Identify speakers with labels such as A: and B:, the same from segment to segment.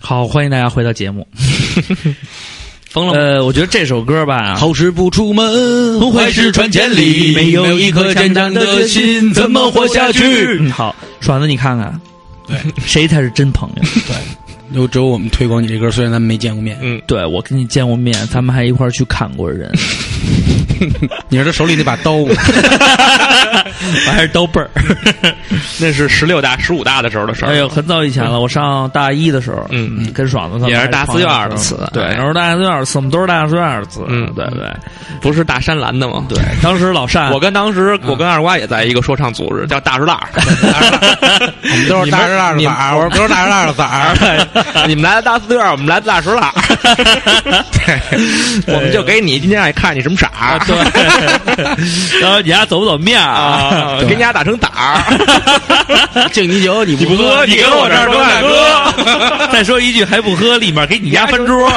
A: 好，欢迎大家回到节目。
B: 疯了吗？
A: 呃，我觉得这首歌吧，
B: 嗯呃好事不出门，坏事传千里。没有一颗坚强的心，怎么活下去？
A: 嗯，好，爽子，你看看，
C: 对，
A: 谁才是真朋 友？
C: 有只有我们推广你这歌，虽然咱们没见过面。
B: 嗯，
A: 对我跟你见过面，咱们还一块儿去砍过 人，
C: 你说他手里那把刀吗？
A: 我还是刀背儿。
B: 那是十六大、十五大的时候的事儿。
A: 哎呦，很早以前了，我上大一的时候，
B: 嗯嗯，
A: 跟爽子他们
B: 也是
A: 还
B: 大
A: 朋
B: 四
A: 友
B: 院儿的
A: 时候
B: 对
A: 然后大四院儿的次，我们都是大四院儿的次，
B: 嗯
A: 对不对？
B: 不是大山蓝的吗？对。
A: 当时老单，
B: 我跟当时我跟二瓜也在一个说唱组织，叫大石烂 儿。
C: 我们都是大石烂的崽儿，我们都是大石烂的崽儿。
B: 你们来自大四院，我们来自大石烂儿。 对，我们就给你今天爱看你什么色儿，对
A: 然后你家走不走面儿
B: 啊，给你家打成胆 儿。
C: 敬你酒，你不
B: 不喝你给我这儿装大哥
A: 再说一句还不喝，立马给你压 翻桌。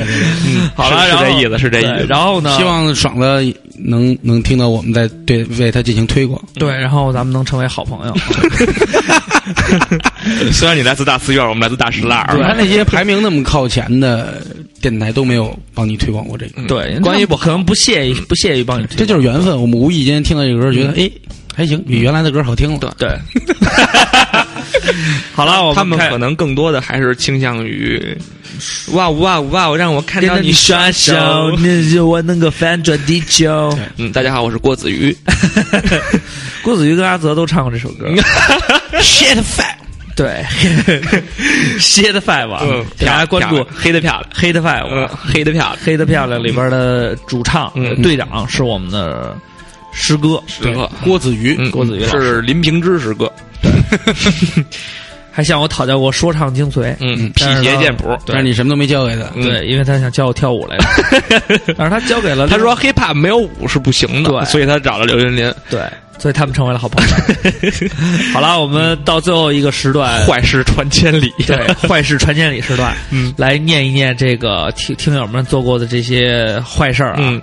A: 好了，
B: 是
A: 然后
B: 这意思，是这意
A: 对
B: 思。
A: 然后呢？
C: 希望爽子能能听到我们在对为他进行推广。
A: 对，然后咱们能成为好朋友。
B: 虽然你来自大四院，我们来自大石烂
C: 我看
B: 儿。
C: 那些排名那么靠前的电台都没有帮你推广过这
B: 嗯
C: 个，
A: 对，
C: 关于
A: 不可能不屑于不屑于帮你推
C: 这就是缘分。我们无意间听到这个歌，觉
B: 嗯
C: 得哎还行，比原来的歌好听了。
A: 对。 好了，我
B: 他们
A: 开
B: 可能更多的还是倾向于，哇呜哇呜哇呜，让我看到你
A: 双手，那是我能够翻转地球。
B: 嗯，大家好，我是郭子瑜。
A: 郭子仪跟阿泽都唱过这首 歌。
B: Shit fat，
A: 对，Shit Five，啊
B: 嗯，
A: 大家关注
B: 黑的漂亮，
A: 黑的
B: 嗯
A: Five，，
B: 黑的漂亮，
A: 黑的漂亮里边的主唱
B: 嗯
A: 队长是我们的师哥，
B: 师哥，
C: 郭子瑜，
B: 嗯，
A: 郭子仪老师
B: 是林平之师哥，
A: 还向我讨教过说唱精髓。
B: 嗯，
A: 但
B: 辟
A: 是呢
B: 邪剑谱，
C: 但是你什么都没教给他。
B: 嗯
A: 对，因为他想教我跳舞来着， 但是他教给了
B: 他说 hiphop 没有舞是不行的，
A: 对
B: 所以他找了刘云林，
A: 对，所以他们成为了好朋友。 好了，我们到最后一个时段，
B: 坏事传千里，
A: 哎对坏事传千里时段，
B: 嗯，
A: 来念一念这个听听友们做过的这些坏事儿啊，
B: 嗯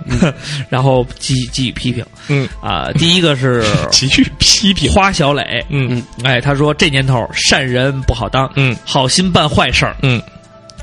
A: 然后给给予批评
B: 嗯，
A: 啊、第一个是
B: 急于批评，
A: 花小磊，
B: 嗯
A: 哎，他说这年头善人不好当，
B: 嗯
A: 好心办坏事儿，
B: 嗯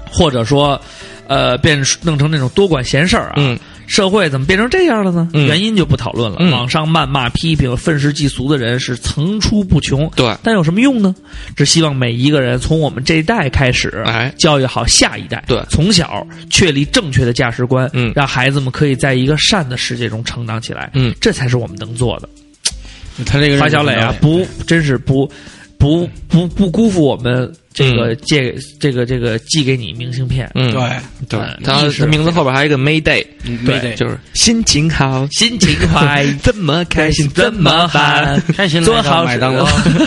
A: 或者说，呃，变弄成那种多管闲事儿啊。
B: 嗯
A: 社会怎么变成这样了呢？
B: 嗯
A: 原因就不讨论了。
B: 嗯
A: 网上谩骂、批评、愤世嫉俗的人是层出不穷，
B: 对，
A: 但有什么用呢？只希望每一个人从我们这一代开始，
B: 哎
A: 教育好下一代，
B: 对
A: 从小确立正确的价值观，
B: 嗯
A: 让孩子们可以在一个善的世界中成长起来，
B: 嗯
A: 这才是我们能做的。
C: 他这个人
A: 花小磊啊，不，真是不，不不不辜负我们这个借、这个这个寄给你明信片，
B: 嗯，
C: 对，
B: 对
A: 嗯，
B: 他
A: 意识
B: 他名字后边还有一个 May Day，
C: 没得
B: 就是心情好，
A: 心情快，
B: 怎么开心
A: 怎
B: 怎
A: 么
B: 么
A: 喊
B: 喊，
C: 开心来
A: 做
C: 到
A: 好
C: 麦
A: 事
C: 当 劳，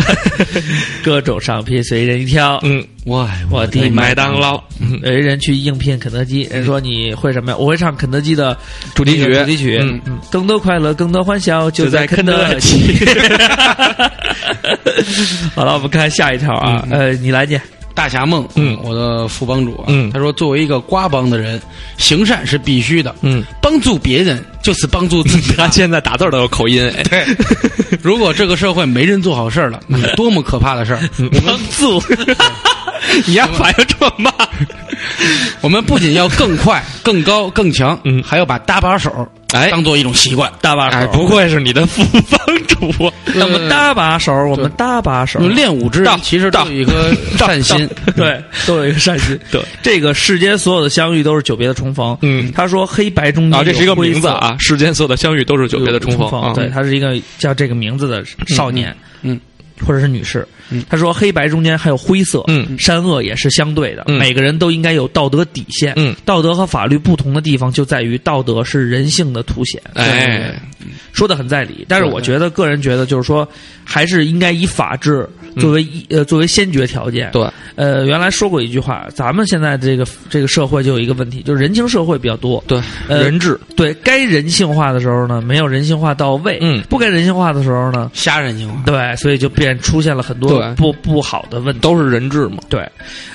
A: 各种商品随人一挑。
B: 嗯，
C: 我爱我
A: 我的
B: 麦
A: 麦当，
B: 当劳，嗯
A: 有一人去应聘肯德基，人说你会什么呀？我会唱肯德基的
B: 主题曲
A: 主题曲，
B: 嗯
A: 嗯，更多快乐，更多欢笑，就在肯德基。 好了，我们看下一条啊，呃，你来念，
C: 大侠梦，
B: 嗯
C: 我的副帮主啊，
B: 嗯
C: 他说作为一个瓜帮的人，行善是必须的，
B: 嗯，
C: 帮助别人就是帮助自 己
B: 他
C: 了。
B: 现在打字儿都有口音，哎，
C: 对，如果这个社会没人做好事儿了，
B: 嗯
C: 那是多么可怕的事儿！
A: 帮助，
B: 你要反应这么慢，
C: 我们不仅要更快、更高、更强，
B: 嗯
C: 还要把搭把手
B: 哎
C: 当做一种习惯。
A: 搭把
B: 哎，
A: 手，
B: 不愧是你的副帮主 啊，
A: 我们搭把手，我们搭把
B: 嗯
A: 手，
C: 练武之人其实都有一颗善心，
A: 对， 都有一个善心。
B: 对，
A: 这个世间所有的相遇都是久别的重逢。
B: 嗯
A: 他说黑白中间
B: 啊，这是一个
A: 有灰色
B: 名字啊，世间所有的相遇都是久别的重
A: 重
B: 逢，嗯
A: 对，他是一个叫这个名字的少年，
C: 嗯
A: 或者是女士
C: 嗯。
A: 他说黑白中间还有灰色，
B: 嗯
A: 善恶也是相对的，
B: 嗯
A: 每个人都应该有道德底线。
B: 嗯，
A: 道德和法律不同的地方就在于道德是人性的凸显。
B: 哎，
A: 说的很在理，但是我觉得个人觉得就是说，还是应该以法治作为一、呃作为先决条件。
B: 嗯对，
A: 呃，原来说过一句话，咱们现在这个这个社会就有一个问题，就是人情社会比较多。
B: 对，
A: 呃
B: 人质，
A: 对该人性化的时候呢，没有人性化到位；
B: 嗯
A: 不该人性化的时候呢，
C: 瞎人性化。
A: 对，所以就变出现了很多
B: 对
A: 不不好的问题。
B: 都是人质嘛，
A: 对，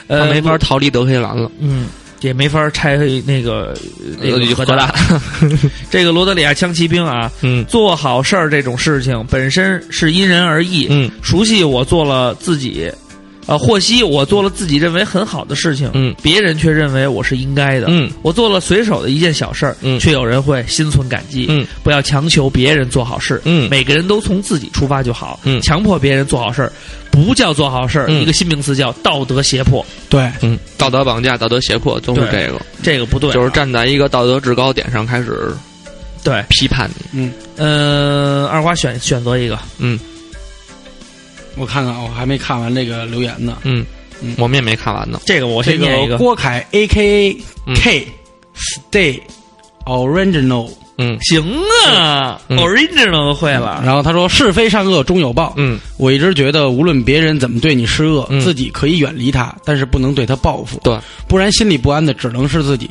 B: 他
A: 呃，
B: 没法，逃离德黑兰了，
A: 嗯，也没法拆那个那个
B: 呃
A: 核
B: 核
A: 弹。 这个罗德里亚枪骑兵啊，
B: 嗯
A: 做好事儿这种事情本身是因人而异。
B: 嗯
A: 熟悉我做了自己，呃，获悉我做了自己认为很好的事情，
D: 嗯，
A: 别人却认为我是应该的，
D: 嗯，
A: 我做了随手的一件小事儿，
D: 嗯
A: 却有人会心存感激，
D: 嗯，
A: 不要强求别人做好事，
D: 嗯
A: 每个人都从自己出发就好，
D: 嗯
A: 强迫别人做好事儿不叫做好事儿，
D: 嗯
A: 一个新名词叫道德胁迫，
C: 对，
D: 嗯，
B: 道德绑架、道德胁迫都是这个，
A: 这个不对啊，
B: 就是站在一个道德制高点上开始
A: 对，
B: 批判你。
A: 嗯，二瓜选选择一个，
C: 我看看，我还没看完这个留言呢。
B: 嗯
C: 嗯，
B: 我们也没看完呢。
A: 这个我
C: 这
A: 先念一
C: 个郭凯 A K A K Stay Original，
B: 嗯
A: 行啊、
B: 嗯
A: o r i g i n a l 会了，
C: 然后他说是非善恶终有报。
B: 嗯
C: 我一直觉得，无论别人怎么对你施恶，
B: 嗯
C: 自己可以远离他，但是不能对他报复。
B: 对，
C: 不然心里不安的只能是自己。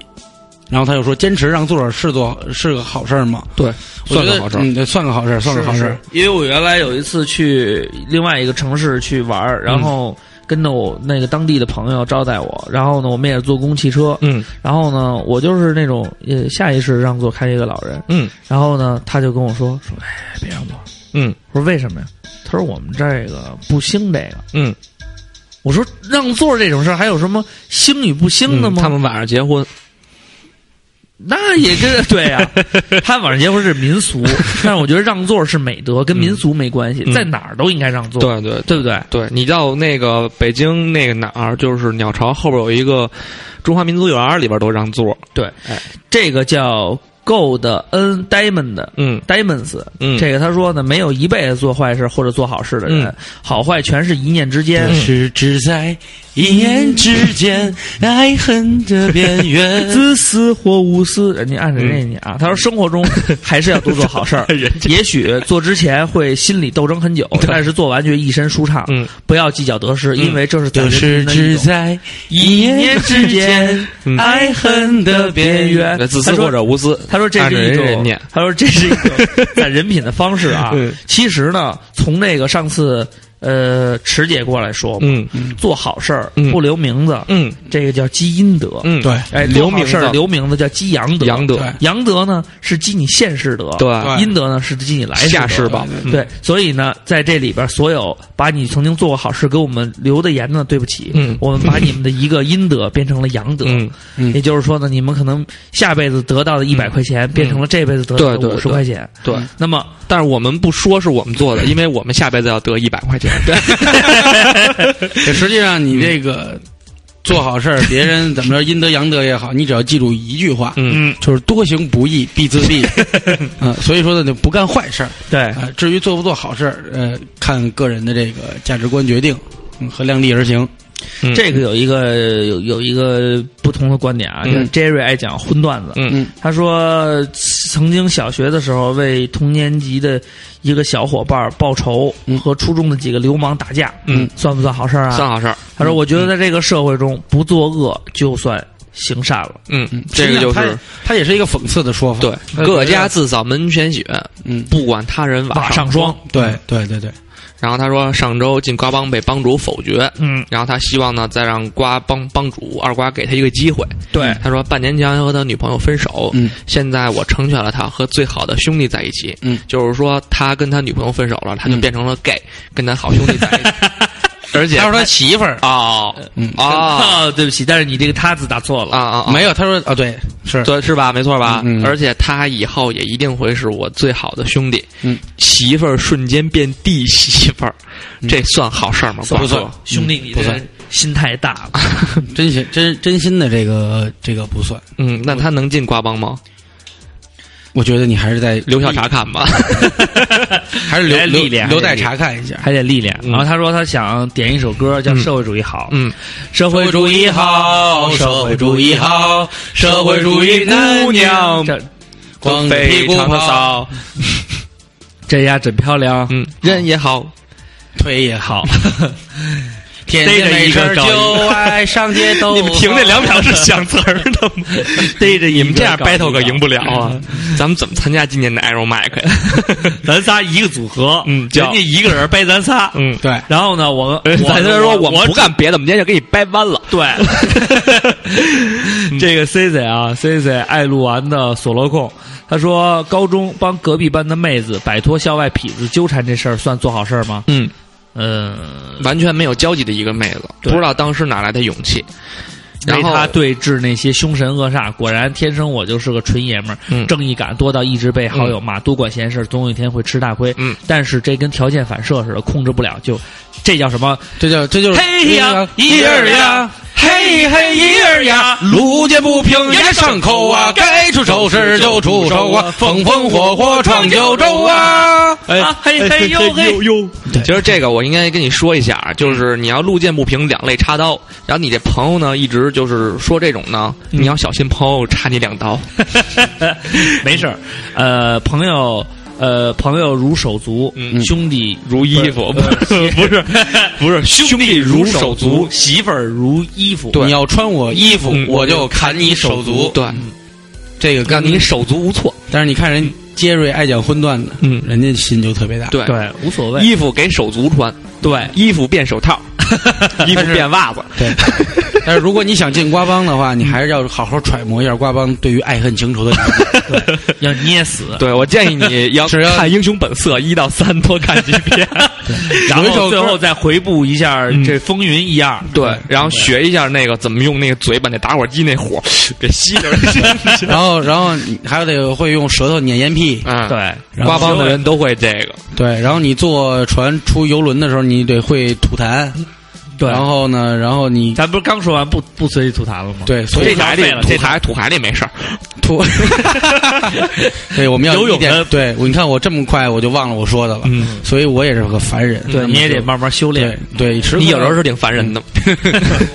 C: 然后他又说，坚持让自个儿是做是个好事儿吗？
B: 对，
C: 我觉
B: 算
C: 得
B: 个好事儿
C: 嗯，对算个好事儿，算个好事
A: 是
C: 儿
A: 是。因为我原来有一次去另外一个城市去玩儿，然
B: 嗯
A: 后跟着我那个当地的朋友招待我，然后呢，我们也是坐公汽车，
D: 嗯
A: 然后呢，我就是那种呃下意识让座开一个老人，
D: 嗯
A: 然后呢，他就跟我说说，哎，别让座。
D: 嗯
A: 我说为什么呀？他说我们这个不兴这个。
D: 嗯，
A: 我说让座这种事儿还有什么兴与不兴的
B: 嗯
A: 吗？
B: 他们晚上结婚，
A: 那也跟对呀、 他晚上结婚是民俗，但是我觉得让座是美德，跟民俗没关系，
B: 嗯
A: 在哪儿都应该让座，
B: 对对
A: 对不对？
B: 对，你到那个北京那个哪儿，就是鸟巢后边有一个中华民族园，里边都让座。
A: 这个叫 Gold N Diamond
B: 嗯
A: Diamonds，、
B: 嗯，
A: 这个他说呢，没有一辈子做坏事或者做好事的人，
B: 嗯
A: 好坏全是一念之间。
C: 是只在一念之间，爱恨的边 缘
A: 自私或无私，人家按着人家你
B: 嗯
A: 啊。他说生活 中还是要多做好事儿，也许做之前会心里斗争很久，但是做完却一身舒畅。
B: 嗯
A: 不要计较得失，因为这是咱
C: 就
A: 人
C: 是
A: 民的一
C: 只
A: 种
C: 在
A: 一念之间，
B: 嗯
A: 爱恨的边缘。
B: 哎自私
A: 他说
B: 或者无私，
A: 他说这
B: 按着
A: 是一
B: 人家
A: 种
B: 念，嗯
A: 他说这是一种攒人品的方式 啊。其实呢，从那个上次呃池姐过来说，
B: 嗯
A: 做好事儿
B: 嗯
A: 不留名字，
B: 嗯
A: 这个叫积阴德。
B: 嗯，
C: 对
A: 哎，留
B: 留名
A: 名
B: 字
A: 字留名字叫积阳德。
B: 杨德，
C: 对
A: 阳德呢是积你现世德，
B: 对
A: 阴德呢是积你来世德
B: 下世吧，嗯
A: 对，所以呢，在这里边，所有把你曾经做过好事给我们留的言呢，对不起，
B: 嗯
A: 我们把你们的一个阴德变成了阳德，
B: 嗯
C: 嗯
A: 也就是说呢，你们可能下辈子得到的一百块钱、变成了这辈子得到
B: 对
A: 的
B: 对
A: 五十块钱，
B: 对。
A: 那么
B: 但是我们不说是我们做的，因为我们下辈子要得一百块钱。对，
C: 实际上，你这个做好事儿，别人怎么着阴德阳德也好，你只要记住一句话，
B: 嗯，
C: 就是多行不义必自 毙。嗯，所以说呢，就不干坏事儿
A: 对，
C: 啊。至于做不做好事儿，呃，看个人的这个价值观决定，嗯，和量力而行。
B: 嗯
A: 这个有一个有有一个不同的观点啊，
C: 嗯
A: 就是 Jerry 爱讲荤段子，
B: 嗯
C: 嗯
A: 他说曾经小学的时候为同年级的一个小伙伴报仇，
C: 嗯
A: 和初中的几个流氓打架，
B: 嗯，
A: 算不算好事儿啊？
B: 算好事儿。
A: 他说：“我觉得在这个社会中，不作恶就算行善了。
B: 嗯
C: 嗯，，
B: 这个就
C: 实际
B: 是
C: 上它它也是一个讽刺的说法。
B: 对，各家自扫门前雪，
C: 嗯，
B: 不管他人瓦
A: 瓦上霜。
C: 对对对对，
B: 然后他说，上周进瓜帮被帮主否决，
A: 嗯，
B: 然后他希望呢再让瓜帮帮主二瓜给他一个机会。
A: 对，
B: 他说，半年前和他女朋友分手，
C: 嗯
B: 现在我成全了他，和最好的兄弟在一起。
C: 嗯，
B: 就是说他跟他女朋友分手了，他就
C: 嗯
B: 变成了 gay，、跟他好兄弟在一 起。而且
C: 他说他媳妇儿，
B: 哦
C: 嗯
B: 哦
A: 啊， 对不起，但是你这个“他”字打错
B: 啊
A: 了。
B: 啊，啊
C: 没有，他说啊，对，是
B: 对，是吧？没错吧？
C: 嗯嗯
B: 而且他以后也一定会是我最好的兄弟。
C: 嗯，
B: 媳妇儿瞬间变弟媳妇儿，
C: 嗯
B: 这算好事儿吗？
C: 算不
B: 瓜
C: 算
B: 哥？
A: 兄
B: 嗯
A: 弟，你
C: 不
A: 这
C: 算
A: 心太大了。
B: 啊
C: 真心真真心的这个这个不算。
B: 嗯，那他能进瓜帮吗？
C: 我觉得你还是在
B: 留校查看吧。
C: 还是留
A: 还是
C: 留
A: 历练
C: 留
A: 还
C: 待
A: 是历
C: 查看一下。
A: 还得历练。
B: 嗯
A: 然后他说他想点一首歌叫
B: 嗯
A: 《社会主义好》，
B: 嗯，
A: 社会主义好，社会主义好，社会主义姑娘，这
C: 光着屁股
B: 非常的
C: 跑，
B: 骚，
A: 这丫真漂亮。
B: 嗯，人也 好，
C: 腿 也好，天
A: 逮
C: 天
A: 着
C: 没
A: 一
C: 事
A: 个
C: 儿
A: 找一个
C: 就爱上街斗。
A: 你们停这两
C: 秒是
B: 想词儿的吗？
A: 逮着
B: 你们这样
A: 掰
B: battle 可赢不了啊！咱们怎么参加今年的 Iron Mike 呀？
A: 咱仨一个组合，
B: 嗯
A: 人
B: 叫
A: 家一个人掰咱仨，
B: 嗯，
C: 对，
A: 然后呢，我我
B: 咱这说我们
A: 我
B: 不干别的，我们今天就给你掰弯了。
A: 对， 这个 C C 啊，C C 爱录完的所罗控，他说高中帮隔壁班的妹子摆脱校外痞子纠缠这事儿，算做好事儿吗？
B: 嗯，
A: 嗯，
B: 完全没有交集的一个妹子，不
A: 对
B: 知道当时哪来的勇气。然
A: 为
B: 后
A: 他对峙那些凶神恶煞，果然天生我就是个纯爷们儿，
B: 嗯
A: 正义感多到一直被好友骂，多管闲事，总有一天会吃大亏。
B: 嗯，
A: 但是这跟条件反射似的，控制不了，就这叫什么？
C: 这叫这就是
A: 嘿呀，
C: 一
A: 一
C: 儿
A: 儿
C: 嗯呀
A: 呀，
C: 嘿嘿一儿呀，路见不平人家伤口啊，该出手时就出手啊，风风火火闯九州啊。
A: 啊嘿嘿呦嘿
D: 呦，
B: 其实这个我应该跟你说一下啊，就是你要路见不平两肋插刀，然后你这朋友呢一直就是说这种呢，你要小心朋友插你两刀。
A: 没事儿，呃，朋友，呃，朋友如手足，
B: 嗯呃
A: 兄弟
B: 如衣服，
A: 不是不是 兄弟如
B: 手
A: 手
B: 足
A: 足，媳妇儿如衣服。
B: 对嗯
C: 你要穿我衣服，我就砍你手足。
B: 对，
C: 这个
B: 让
C: 跟
B: 你手足无措。
C: 但是你看人杰瑞爱讲荤段子，
B: 嗯
C: 人家心就特别大。
B: 对，
A: 对，无所谓。
B: 衣服给手足穿，
A: 对，
B: 衣服变手套，衣服变袜子。
C: 对， 但是如果你想进瓜帮的话，你还是要好好揣摩一下瓜帮对于爱恨情仇的理 解。
A: 要捏 死，
B: 对，我建议你要
C: 只要
B: 看《英雄本色》一到三，多看几遍。
A: 然
C: 有一首
A: 后
C: 歌
A: 最后再回顾一下这风云一二。
B: 对， 然后学一下那个怎么用那个嘴把那打火机那火给吸着。
C: 然后，然后你还得会用舌头撵烟屁。
B: 啊，
A: 对，
C: 然后
B: 瓜帮的人都会这个。
C: 对，然后你坐船出游轮的时候，你得会吐痰。
A: 对，
C: 然后呢，然后你
A: 咱不是刚说完不不随地吐痰了吗？，
C: 对，所
B: 这
C: 以
A: 条
B: 海里
A: 废了
B: 土
A: 这
B: 海土海里没事儿，
C: 吐。对，我们要
A: 游泳
C: 一点
A: 的
C: 对，我你看我这么快我就忘了我说的了，
B: 嗯
C: 所以我也是个凡人。
A: 对你也得慢慢修
C: 对
A: 炼。
C: 对，时刻
B: 你有时候是挺烦人的。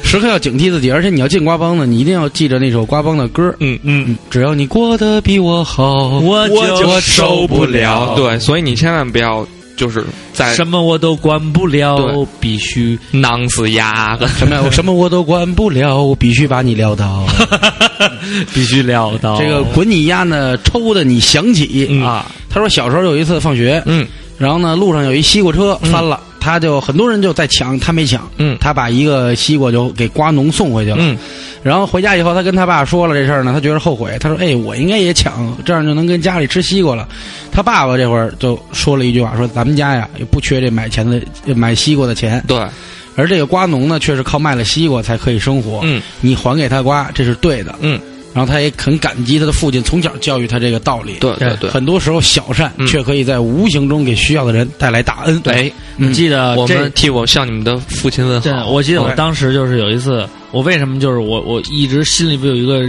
C: 时刻要警惕自己，而且你要进瓜帮呢，你一定要记着那首瓜帮的歌。
B: 嗯
A: 嗯，
C: 只要你过得比我好，
A: 我
C: 就受不了
B: 对，所以你千万不要就是在
A: 什么我都管不了
B: 对，
A: 必须
B: 囊死鸭子。
C: 什么呀我什么我都管不了，我必须把你撂倒。
A: 必须料到
C: 这个滚你丫呢，抽的你响起。
B: 嗯
A: 啊，
C: 他说小时候有一次放学，
B: 嗯
C: 然后呢路上有一西瓜车翻了，他就很多人就在抢，他没抢，
B: 嗯
C: 他把一个西瓜就给瓜农送回去了。
B: 嗯，
C: 然后回家以后，他跟他爸说了这事儿呢，他觉得后悔，他说：“哎，我应该也抢，这样就能跟家里吃西瓜了。”他爸爸这会儿就说了一句话，说：“咱们家呀也不缺这买钱的买西瓜的钱，
B: 对，
C: 而这个瓜农呢，却是靠卖了西瓜才可以生活。
B: 嗯
C: 你还给他瓜，这是对的。
B: 嗯，
C: 然后他也很感激他的父亲从小教育他这个道理。
B: 对对对。
C: 很多时候小善、
B: 嗯
C: 却可以在无形中给需要的人带来大恩。
B: 哎，
A: 我
C: 嗯，
A: 记得
B: 我
A: 呃这
B: 们替我向你们的父亲 问
A: 真的，
B: 好。
A: 我记得我
B: 嗯
A: 当时就是有一次，我为什么就是我我一直心里边有一个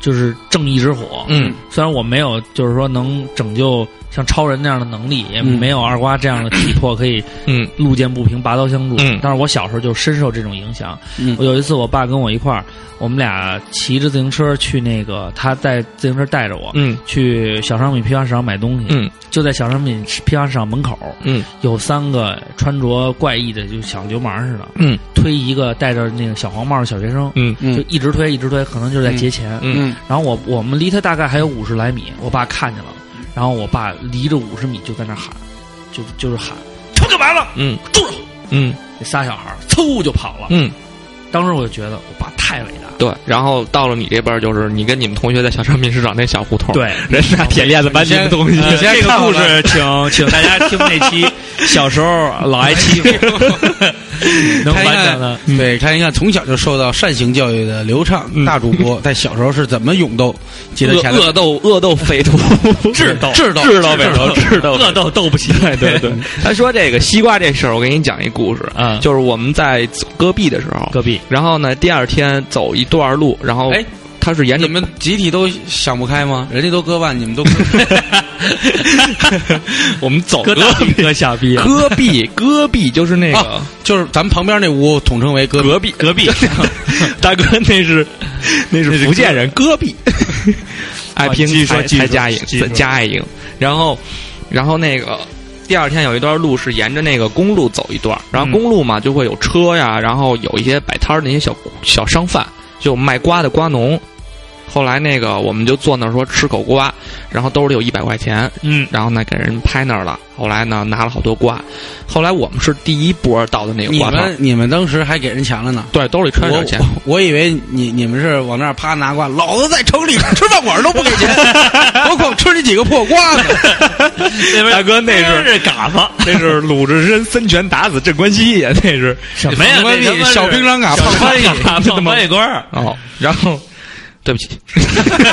A: 就是正义之火，
B: 嗯，
A: 虽然我没有就是说能拯救像超人那样的能力，也
C: 嗯
A: 没有二瓜这样的体魄可以
B: 嗯
A: 路见不平拔刀相助，
B: 嗯
A: 但是我小时候就深受这种影响。
C: 嗯
A: 我有一次我爸跟我一块儿，我们俩骑着自行车去那个，他在自行车带着我。
B: 嗯
A: 去小商品批发市场买东西，
B: 嗯
A: 就在小商品批发市场门口，
B: 嗯
A: 有三个穿着怪异的，就小流氓似的，
B: 嗯
A: 推一个戴着那个小黄帽的小学生，
B: 嗯
A: 就
C: 嗯
A: 一直推一直推，可能就是在劫钱。
B: 嗯
C: 嗯
A: 然后我我们离他大概还有五十来米，我爸看见了，然后我爸离着五十米就在那喊，就就是喊，他干嘛了？
B: 嗯
A: 住手！
B: 嗯
A: 那仨小孩儿嗖就跑了。
B: 嗯，
A: 当时我就觉得我爸太伟大了。
B: 对。然后到了你这边儿，就是你跟你们同学在小商品市场那小胡同，，
A: 对，
B: 人拿铁 链子把你们东西。
A: 呃
C: 先
A: 这个
C: 看我
A: 故事， 请请大家听那期小时候老挨欺负，能
C: 看一
A: 完
C: 看
A: 整的，
C: 对，看一看从小就受到善行教育的刘畅、
A: 嗯
C: 大主播，在小时候是怎么勇斗，记得
B: 恶
C: 前
B: 恶斗恶斗 匪徒，
A: 智 斗
C: 智斗
B: 智斗匪徒，智 斗匪
A: 恶斗斗不起。
B: 徒。对对，他说这个西瓜这事儿，我给你讲一故事，
C: 嗯
A: 啊，
B: 就是我们在走戈壁的时候，
A: 隔壁
B: 然后呢，第二天走一段路，然后
C: 哎
B: 他是沿着
C: 你们集体都想不开吗？人家都割腕，你们都割
B: 我们走
A: 搁
B: 戈
A: 大逼搁小逼 啊，
B: 戈壁，戈壁就是 那个、
C: 啊就是咱们旁边那屋统称为割
B: 隔壁，隔壁， 大哥那是那是福建人，戈壁，爱拼
A: 继续说
B: 才
A: 继续
B: 才
A: 说
B: 加营
A: 继续说
B: 加爱营，然后然后那个。第二天有一段路是沿着那个公路走一段，然后
A: 嗯
B: 公路嘛就会有车呀，然后有一些摆摊儿的那些小小商贩，就有卖瓜的瓜农，后来那个我们就坐那儿说吃口瓜，然后兜里有一百块钱，
A: 嗯，
B: 然后呢给人拍那儿了。后来呢拿了好多瓜，后来我们是第一波到的那个
C: 你
B: 瓜摊儿
C: 们，你们当时还给人钱了呢。
B: 对，兜里揣着
C: 我
B: 点钱。
C: 我我以为你你们是往那儿啪拿瓜，老子在城里吃饭馆都不给 钱，我光吃你几个破瓜子。
D: 大哥那是
A: 这嘎巴
D: 那是鲁智深三拳打死镇关西呀，那是
A: 什么呀？
C: 小关
A: 那他
C: 闭
A: 妈是
C: 小兵张嘎
A: 小
C: 胖
A: 翻译
D: 胖
A: 小翻译官儿
B: 哦，
D: 然后
B: 对不起，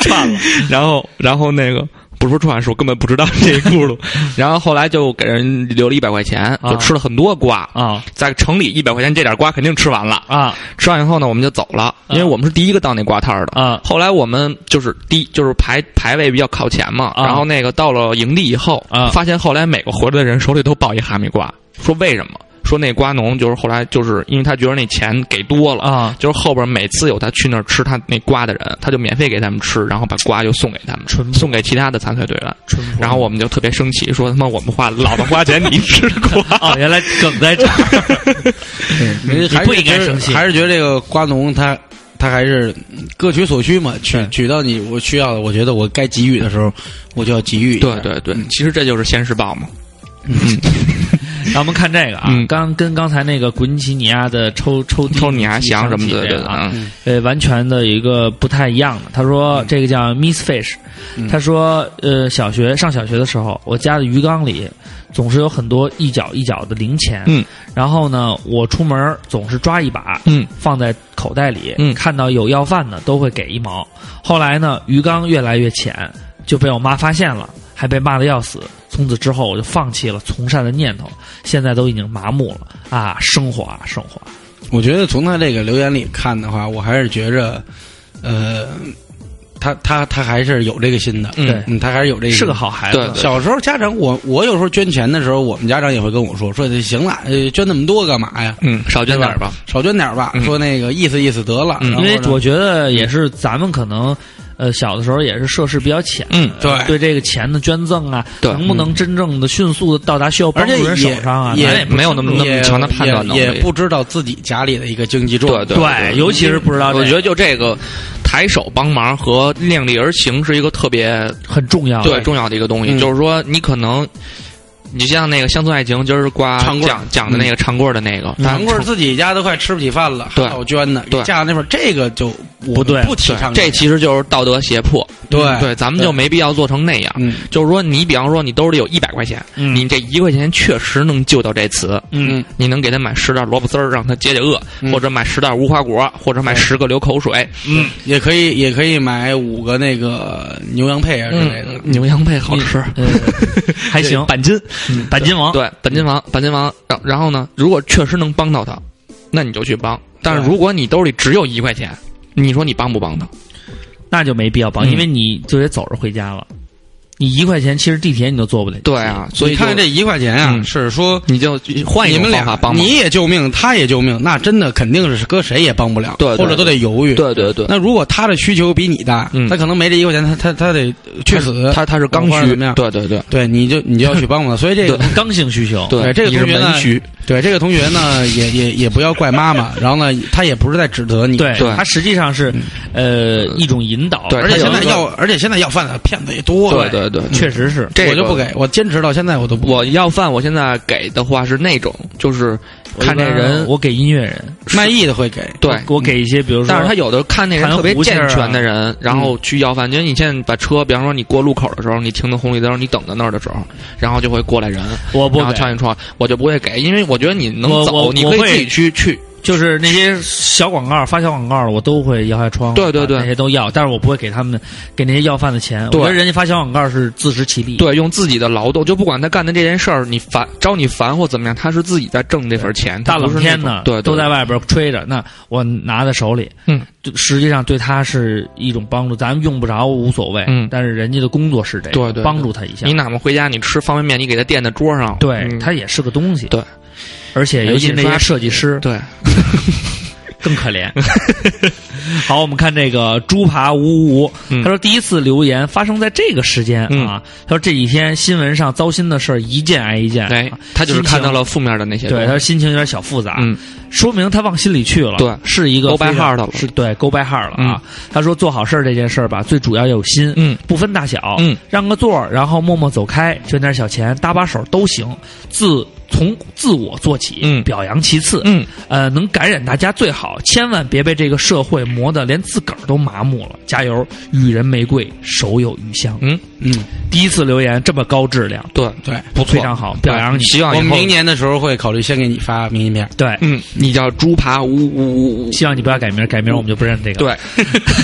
A: 串了，
B: 然后然后那个不是串是我根本不知道这一轱辘， 然后后来就给人留了一百块钱，就吃了很多瓜。
A: 啊
B: 在城里一百块钱这点瓜肯定吃完了，
A: 啊
B: 吃完以后呢，我们就走了，因为我们是第一个到那瓜摊儿的。
A: 啊
B: 后来我们就是第就是排排位比较靠前嘛，
A: 啊
B: 然后那个到了营地以后，
A: 啊
B: 发现后来每个回来的人手里都抱一哈密瓜，说为什么？说那瓜农就是后来就是因为他觉得那钱给多了，
A: 啊！
B: 就是后边每次有他去那儿吃他那瓜的人，他就免费给他们吃，然后把瓜就送给他们，
A: 淳朴
B: 送给其他的参赛队员。
A: 淳朴
B: 然后我们就特别生气，说他妈我们花老子花钱你吃瓜，
A: 哦，原来梗在这儿，
B: 嗯
C: 人家还是
A: 不应该生气
C: 觉得还是觉得这个瓜农他他还是各取所需嘛，取
A: 对
C: 取到你我需要的，我觉得我该给予的时候，我就要给予一下。
B: 对对嗯对
C: 嗯，
B: 其实这就是现世报嘛。
A: 咱们看这个啊，
B: 嗯
A: 刚跟刚才那个古尼奇尼亚的抽抽
B: 抽你啊，翔什么的，
A: 的
B: 对的，
A: 啊，
B: 嗯
A: 呃，完全的一个不太一样的。他说这个叫 Miss Fish，
C: 嗯
A: 他说呃，小学上小学的时候，我家的鱼缸里总是有很多一角一角的零钱，
B: 嗯，
A: 然后呢，我出门总是抓一把，
B: 嗯，
A: 放在口袋里，
B: 嗯
A: 看到有要饭的都会给一毛。后来呢，鱼缸越来越浅，就被我妈发现了，还被骂的要死。从此之后，我就放弃了从善的念头，现在都已经麻木了啊！生活啊，生活，
C: 我觉得从他这个留言里看的话，我还是觉着，呃，他他他还是有这个心的，
B: 嗯
A: 对
C: 嗯，他还是有这个心
A: 是个好孩
B: 对
A: 子
B: 对，
C: 小时候家长，我我有时候捐钱的时候，我们家长也会跟我说说行了，呃捐那么多干嘛呀？
B: 嗯，少捐点儿吧。
C: 少捐点儿吧，
B: 嗯
C: 说那个意思意思得了。然
B: 嗯
A: 因
C: 后
A: 为
C: 呢
A: 我觉得也是咱们可能，呃，小的时候也是涉世比较浅，
B: 嗯，
C: 对
A: 对这个钱的捐赠啊，
B: 对
A: 能不能真正的迅速的到达需要帮
C: 而且
A: 助人手
C: 也
A: 上啊？
C: 也
A: 咱不
B: 没有那么
A: 清楚
B: 那么强的判断能力
C: 也也不知道自己家里的一个经济状
B: 对
C: 况。
A: 对尤其是不知道这个
B: 我觉得就这个抬手帮忙和量力而行是一个特别
A: 很重要，
B: 对重要的一个东西，
C: 嗯
B: 就是说你可能。你像那个《乡村爱情》，今儿瓜
C: 长棍儿
B: 讲讲的那个长棍儿的那个，但
C: 难怪自己家都快吃不起饭了，还
B: 嗯对
C: 要捐呢。
B: 对
C: 家长那会儿这个就我
A: 不对
C: 不提倡
B: 这其实就是道德胁迫。
C: 哎对
B: 对，咱们就没必要做成那样。
C: 嗯
B: 就是说，你比方说你兜里有一百块钱，
A: 嗯
B: 你这一块钱确实能救到这词，
A: 嗯，
B: 你能给他买十袋萝卜丝儿让他解解饿，
C: 嗯
B: 或者买十袋无花果，或者买十个流口水，
A: 嗯，
C: 也可以也可以买五个那个牛羊配啊之类的
B: 嗯，。牛羊配好吃，
A: 呃，还行，
B: 板筋，
A: 板金王，
B: 对，板筋王，
C: 嗯
B: 板筋王。然然后呢，如果确实能帮到他，那你就去帮。但是
C: 对
B: 如果你兜里只有一块钱，你说你帮不帮他？
A: 那就没必要帮，
B: 嗯
A: 因为你就得走着回家了。你一块钱，其实地铁你都坐不了。
B: 对，啊，所以
C: 你看看
B: 就
C: 这一块钱啊，
B: 嗯
C: 是说
B: 你就换一
C: 你
B: 种
C: 们
B: 方法
C: 俩
B: 帮忙。
C: 你也救命，他也救命，那真的肯定是搁谁也帮不了，
B: 对对
C: 或者都得犹豫。
B: 对对对，
C: 那如果他的需求比你大，
B: 嗯
C: 他可能没这一块钱，他他他得去死。
B: 他他是刚
C: 或者
B: 需
C: 怎么，样
B: 对对对
C: 对，你就你就要去帮忙，所以这个
B: 对
A: 刚性需求，
B: 对，
C: 对这个
B: 你是
C: 同学呢
B: 门需，
C: 对这个同学呢，也也也不要怪妈妈，然后呢，他也不是在指责你，
A: 对，
B: 对嗯
A: 它实际上是呃一种引导，
B: 对
C: 而且
B: 他有
C: 现在
B: 一个
C: 要，而且现在要饭的骗子也多
B: 对
C: 了，
B: 对对，
A: 确实是
B: 这个
C: 我就不给，我坚持到现在我都不
B: 我要饭，我现在给的话是那种，就是看这人，
A: 我给音乐人，
C: 卖艺的会给，
B: 对，
A: 我给一些，比如说，
B: 但是他有的看那人特别健全
C: 啊
B: 的人，然
C: 嗯
B: 后去要饭，因为你现在把车，比方说你过路口的时候，你停的红绿灯，你等在那儿的时候，然后就会过来人，
A: 我不
B: 然后
A: 给
B: 敲你窗，我就不会给，因为我觉得你能
A: 我
B: 走，
A: 我
B: 你
A: 我
B: 可以
A: 会
B: 自己去去，
A: 就是那些小广告发小广告的，我都会摇下窗户，
B: 对对对
A: 把那些都要，但是我不会给他们给那些要饭的钱。
B: 对
A: 我觉得人家发小广告是自食其力，
B: 对，用自己的劳动，就不管他干的这件事儿，你烦招你烦或怎么样，他是自己在挣这份钱，
A: 大
B: 他不
A: 冷
B: 是
A: 天
B: 那种
A: 的，
B: 对，对
A: 都在外边吹着，那我拿在手里，
B: 嗯，
A: 实际上对他是一种帮助，咱们用不着无所谓，
B: 嗯
A: 但是人家的工作是这个，
B: 对对对
A: 帮助他一下
B: 你，哪怕回家你吃方便面，你给他垫在桌上，
A: 对、
B: 嗯
A: 他也是个东西，
B: 对，
A: 而且
B: 还有
A: 尤其
B: 印
A: 那
B: 刷
A: 些设计师，
B: 对，
A: 更可 怜。好，我们看这个猪扒五五五，
B: 嗯
A: 他说第一次留言发生在这个时间
B: 嗯
A: 啊，他说这几天新闻上糟心的事儿一件挨一件，
B: 哎
A: 啊，
B: 他就是看
A: 心
B: 到。
A: 情
B: 了负面的那些东
A: 对，
B: 西。
A: 他说心情有点小复杂，
B: 嗯，
A: 说明他往心里去了，
B: 对
A: 是一个
B: go by
A: 非常
B: heart 了
A: 是对 go by heart 了啊。他说做好事儿这件事儿吧，最主要要有心，
B: 嗯，
A: 不分大小，
B: 嗯，
A: 让个座儿，然后默默走开，捐点小钱，搭把手都行，自从自我做起，
B: 嗯
A: 表扬其次，
B: 嗯，
A: 呃，能感染大家最好，千万别被这个社会磨得连自个儿都麻木了，加油，与人玫瑰，手有余香。
C: 嗯，
A: 第一次留言这么高质量，
B: 对，
C: 对，
B: 不错，
A: 非常好，表扬你，
B: 希望
C: 我
B: 以
C: 们
B: 后
C: 明，年的时候会考虑先给你发明信片。
A: 对。
B: 嗯，你叫猪扒五五五五，
A: 希望你不要改名，改名我们就不认这个。
B: 对，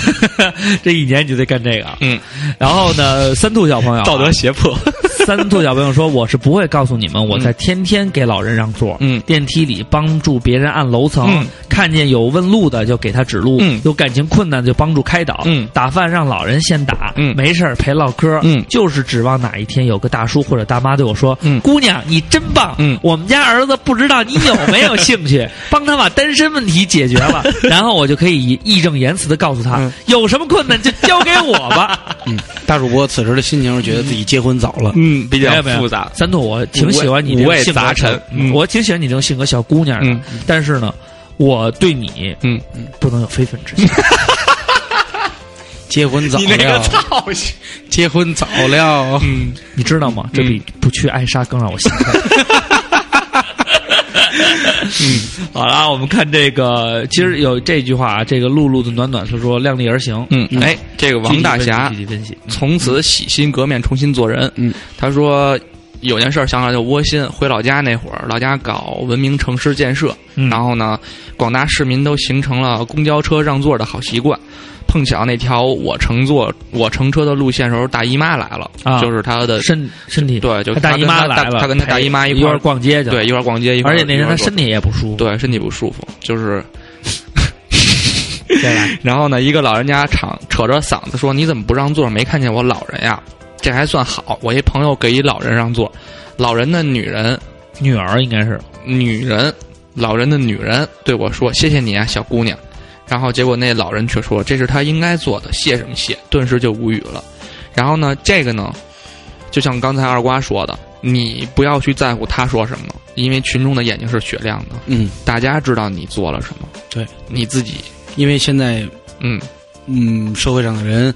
A: 这一年你就得干这个。
B: 嗯，
A: 然后呢，三兔小朋友 啊，
B: 胁迫，
A: 三兔小朋友说，我是不会告诉你们，我在天天给老人让座。
B: 嗯
A: 电梯里帮助别人按楼层，
B: 嗯
A: 看见有问路的就给他指路，
B: 嗯
A: 有感情困难的就帮助开导，
B: 嗯
A: 打饭让老人先打，
B: 嗯
A: 没事儿陪唠嗑，
B: 嗯
A: 就是指望哪一天有个大叔或者大妈对我说，
B: 嗯
A: 姑娘你真棒，
B: 嗯
A: 我们家儿子不知道你有没有兴 趣，帮他把单身问题解决了，然后我就可以义正言辞的告诉他，
B: 嗯
A: 有什么困难就交给我吧。
C: 嗯，大主播此时的心情是觉得自己结婚早了。
B: 嗯，比
A: 没
B: 较
A: 有没有
B: 复杂，
A: 三兔，我挺喜欢你这
B: 五
A: 种
B: 味
A: 性格
B: 杂陈
A: 的
B: 嗯
A: 我挺喜欢你这种性格小姑娘的。
B: 嗯
A: 但是呢，我对你
B: 嗯，
A: 不能有非分之想。
C: 结婚早了，
B: 操性，
C: 结婚早了，
B: 嗯，
A: 你知道吗？这比不去艾莎更让我心疼。嗯， 好了，我们看这个，其实有这句话啊，这个露露的暖暖他说量力而行。
B: 嗯，哎，这个王大侠
A: 具体分析，具体分析
B: 从此洗心革面，重新做人。
C: 嗯，
B: 他说有件事儿想想就窝心。回老家那会儿，老家搞文明城市建设，
A: 嗯
B: 然后呢，广大市民都形成了公交车让座的好习惯。碰巧那条我乘坐我乘车的路线时候，大姨妈来了，
A: 啊
B: 就是她的
A: 身身体，
B: 对，就
A: 她
B: 她
A: 大姨妈
B: 跟她
A: 来了，哎
B: 她跟她大姨妈一块
A: 儿
B: 儿
A: 逛街去了。
B: 对一块儿逛街，一块儿
A: 而且那天她
B: 一块儿
A: 身体也不舒服，
B: 对身体不舒服，就是
A: 对吧？
B: 然后呢，一个老人家敞扯着嗓子说：“你怎么不让座？没看见我老人呀？”这还算好，我一朋友给一老人让座，老人的女人，
A: 女儿应该是，
B: 女人，老人的女人对我说：“谢谢你啊，小姑娘。”然后结果那老人却说：“这是他应该做的，谢什么谢？”顿时就无语了。然后呢，这个呢，就像刚才二瓜说的，你不要去在乎他说什么，因为群众的眼睛是雪亮的，
C: 嗯，
B: 大家知道你做了什么，
C: 对
B: 你自己，
C: 因为现在
B: 嗯
C: 嗯，社会上的人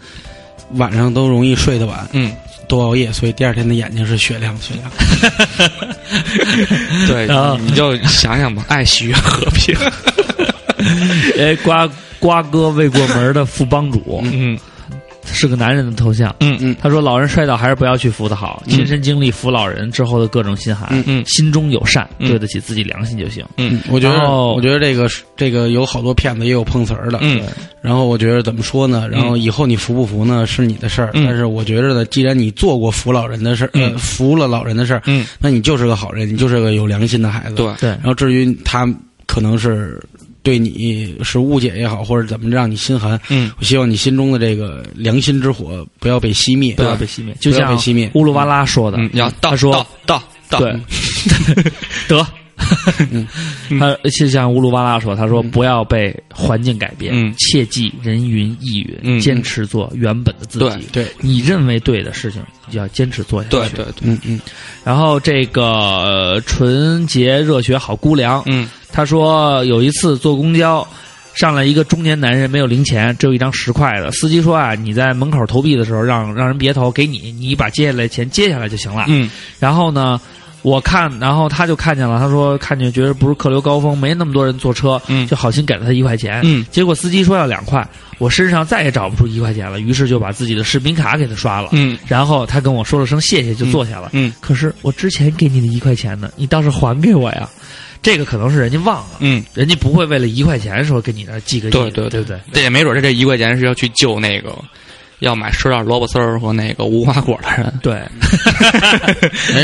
C: 晚上都容易睡得晚，
B: 嗯，
C: 都熬夜，所以第二天的眼睛是雪亮雪亮。
B: 对
A: 然后，
B: 你就想想吧，爱惜与和平。
A: 哎，瓜瓜哥未过门的副帮主
B: 嗯
A: 是个男人的头像。
B: 嗯
C: 嗯
A: 他说：“老人摔倒还是不要去扶的好，亲身经历扶老人之后的各种心寒，
C: 嗯
B: 嗯
A: 心中有善，
B: 嗯
A: 对得起自己良心就行。
B: 嗯，
C: 我觉得
A: 然后，
C: 我觉得这个这个有好多骗子，也有碰瓷儿的。
B: 嗯
C: 然后我觉得怎么说呢？然后以后你服不服呢是你的事儿，
B: 嗯
C: 但是我觉着呢，既然你做过扶老人的事儿，
B: 嗯
C: 呃，扶了老人的事儿，
B: 嗯，
C: 那你就是个好人，你就是个有良心的孩子。
B: 对，
A: 对
C: 然，后至于他可能是对你是误解也好，或者怎么让你心寒，
B: 嗯
C: 我希望你心中的这个良心之火不要被熄灭。
A: 不要被熄灭，就像
C: 被熄灭
A: 乌鲁哇拉说的，
B: 嗯，要到
A: 他说
B: 到到到，嗯
A: 对，得。 他就像乌鲁巴拉说：“他说不要被环境改变，
B: 嗯
A: 切记人云亦云，
B: 嗯
A: 坚持做原本的自
B: 对
A: 己。
C: 对，
A: 你认为对的事情，你就要坚持做下去。
B: 对对对，
C: 嗯嗯，
A: 然后这个呃纯洁热血好姑娘，
B: 嗯
A: 她说有一次坐公交，上来一个中年男人没有零钱，只有一张十块的。司机说啊，你在门口投币的时候让让人别投，给你，你把接下来钱接下来就行了。
B: 嗯
A: 然后呢，我看，然后他就看见了，他说看见觉得不是客流高峰，没那么多人坐车，
B: 嗯
A: 就好心给了他一块钱。
B: 嗯
A: 结果司机说要两块，我身上再也找不出一块钱了，于是就把自己的视频卡给他刷了。
B: 嗯
A: 然后他跟我说了声谢谢，就坐下了。
B: 嗯
A: 可是我之前给你的一块钱呢，你倒是还给我呀！这个可能是人家忘了，
B: 嗯，
A: 人家不会为了一块钱说跟你那儿记个
B: 对
A: 忆
B: 对
A: 对
B: 对
A: 不对？
B: 这也没准这这一块钱是要去救那个要买十袋萝卜丝儿和那个无花果的人，
A: 对，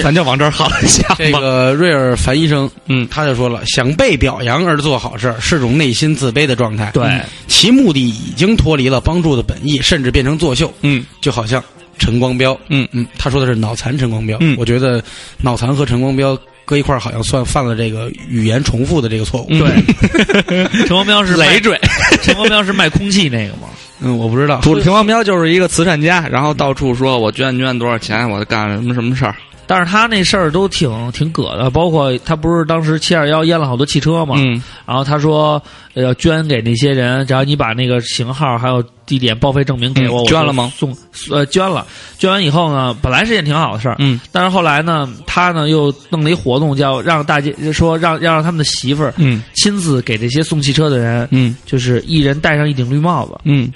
B: 咱就往这儿好了想
C: 这
B: 吧。
C: 个瑞尔凡医生，
B: 嗯
C: 他就说了，想被表扬而做好事是种内心自卑的状态，嗯
A: 对嗯
C: 其目的已经脱离了帮助的本意，甚至变成作秀，
B: 嗯
C: 就好像陈光标，
B: 嗯
C: 嗯，他说的是脑残陈光标，
B: 嗯
C: 我觉得脑残和陈光标搁一块儿好像算犯了这个语言重复的这个错误。
B: 嗯
A: 对，嗯 陈光标是卖
B: 累赘。
A: 陈光标是卖空气那个吗？
C: 嗯，我不知道，
B: 主平王彪就是一个慈善家，然后到处说我捐捐多少钱，我干了什么什么事儿。
A: 但是他那事儿都挺挺葛的，包括他不是当时七二幺淹了好多汽车嘛，
B: 嗯，
A: 然后他说呃要捐给那些人，只要你把那个型号还有地点报废证明给我，
B: 嗯
A: 我就
B: 捐了吗
A: 送呃捐了，捐完以后呢，本来是件挺好的事儿，
B: 嗯，
A: 但是后来呢，他呢又弄了一活动，叫让大家说让要让他们的媳妇儿
B: 嗯
A: 亲自给这些送汽车的人，
B: 嗯
A: 就是一人戴上一顶绿帽子，
B: 嗯，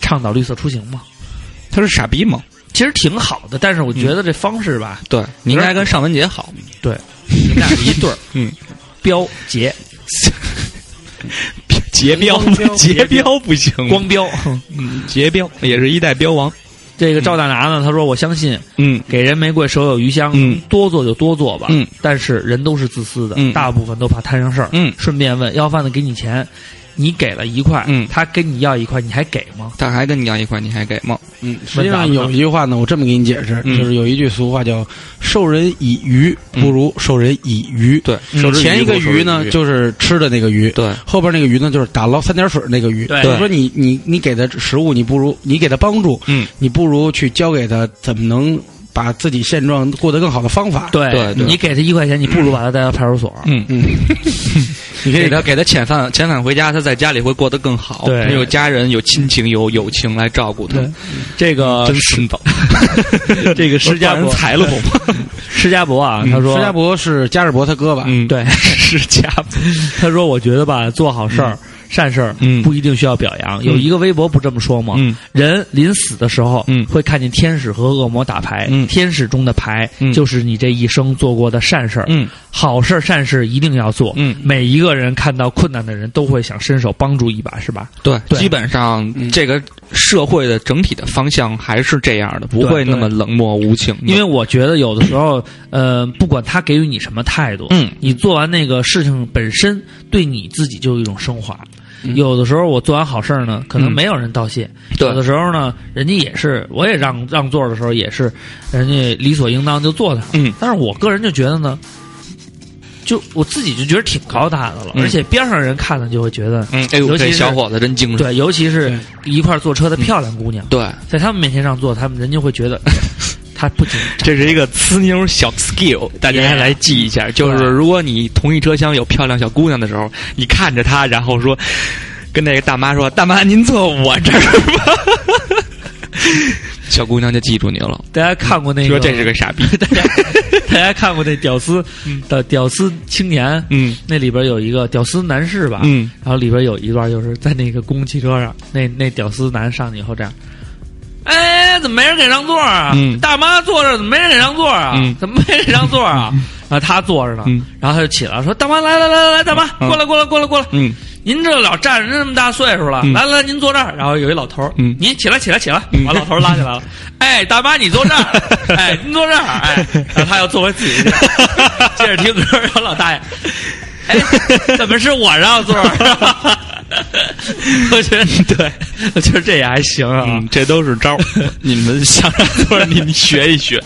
A: 倡导绿色出行嘛。
B: 他是傻逼吗？
A: 其实挺好的，但是我觉得这方式 吧，
B: 对，你应该跟尚雯婕好。
A: 你们俩是一对儿，
B: 嗯，
A: 标节
B: 结标
A: 光 标
B: 结标不行吗，
A: 光标。
B: 嗯结标也是一代标王。
A: 这个赵大拿呢，他说我相信
B: 嗯
A: 给人玫瑰手有余香，
B: 嗯
A: 多做就多做吧。
B: 嗯，
A: 但是人都是自私的，
B: 嗯
A: 大部分都怕摊上事儿。
B: 嗯，
A: 顺便问要饭的给你钱，你给了一块，
B: 嗯
A: 他跟你要一块，你还给吗？
B: 他还跟你要一块，你还给吗？
C: 嗯，实际上有一句话呢，我这么给你解释，
B: 嗯
C: 就是有一句俗话叫“授人以鱼，
B: 嗯
C: 不如授人以渔”
B: 对，
A: 嗯
B: 手指
C: 前一个
B: 不如手指
C: 鱼呢，
B: 鱼
C: 就是吃的那个鱼，
B: 对
C: 后边那个鱼呢，就是打捞三点水那个鱼。
A: 对
C: 就是说你你你给的食物，你不如你给他帮助，
B: 嗯，
C: 你不如去教给他怎么能把自己现状过得更好的方 法。，
A: 对
B: 对对
A: 你给他一块钱，你不如把他带到派出所。
B: 嗯，
C: 嗯，你可
B: 给
C: 以
B: 他给他遣返遣返回家，他在家里会过得更好。
A: 对
B: 他有家人，有亲情，有友情来照顾他啊
A: 对。这个
B: 真顺道，
A: 这个施家
B: 人
A: 博，
B: 裁了我吗？
A: 施家博啊，他说
C: 嗯施家博是加世博他哥吧？
B: 嗯，
A: 对，
B: 是家博。
A: 他说我觉得吧，做好事儿、善事儿
B: 嗯
A: 不一定需要表扬。有一个微博不这么说吗？
B: 嗯
A: 人临死的时候，
B: 嗯
A: 会看见天使和恶魔打牌，
B: 嗯
A: 天使中的牌、
B: 嗯
A: 就是你这一生做过的善事儿、
B: 嗯
A: 好事儿、善事一定要做。
B: 嗯，
A: 每一个人看到困难的人都会想伸手帮助一把，是吧？
B: 对，
A: 对
B: 基本上
C: 嗯
B: 这个社会的整体的方向还是这样的，不
A: 对
B: 会那么冷漠无情的。
A: 因为我觉得有的时候，呃，不管他给予你什么态度，
B: 嗯
A: 你做完那个事情本身，对你自己就有一种升华。
C: 嗯
A: 有的时候我做完好事儿呢，可能
B: 嗯
A: 没有人道谢；
B: 对
A: 有的时候呢，人家也是，我也让让座的时候也是，人家理所应当就坐那儿。
B: 嗯，
A: 但是我个人就觉得呢，就我自己就觉得挺高大的了，
B: 嗯
A: 而且边上人看了就会觉得，
B: 嗯，哎呦，
A: 尤其
B: 这
A: 是
B: 小伙子真精神。
A: 对，尤其是
B: 嗯
C: 对
A: 一块儿坐车的漂亮姑娘，
B: 对，
A: 在他们面前让座，他们人就会觉得 他不仅
B: 这是一个呲妞小 skill，大家
A: Yeah
B: 来记一下。就是
A: 对
B: 如果你同一车厢有漂亮小姑娘的时候，你看着她，然后说跟那个大妈说：“大妈，您坐我这儿吧。” 小姑娘就记住你了，
A: 大家看过那个，
B: 说这是嗯个傻逼。
A: 大家看过那屌丝的屌丝青年，
B: 嗯
A: 那里边有一个屌丝男士吧，
B: 嗯
A: 然后里边有一段就是在那个公共汽车上，那那屌丝男上去以后这样。哎，怎么没人给让座啊？
B: 嗯
A: 大妈坐这儿，怎么没人给让座啊？
B: 嗯
A: 怎么没人给让座啊？然后他坐着呢，
B: 嗯
A: 然后他就起来说：“大妈，来来来来来，大妈，
B: 嗯
A: 过来过来过来过来，
B: 嗯
A: 您这老站着，您那么大岁数了，
B: 嗯
A: 来来，您坐这儿。然后有一老头儿，
B: 嗯
A: 您起来起来起来，
B: 嗯
A: 把老头儿拉起 来了。哎，大妈，你坐这儿，哎，您坐这儿，哎，然后他又坐回自己 的地儿，接着听歌。然后老大爷，哎，怎么是我让座 儿？我觉得对，我觉得这也还行啊。
B: 嗯，这都是招儿， 你们想让多少，你们学一学。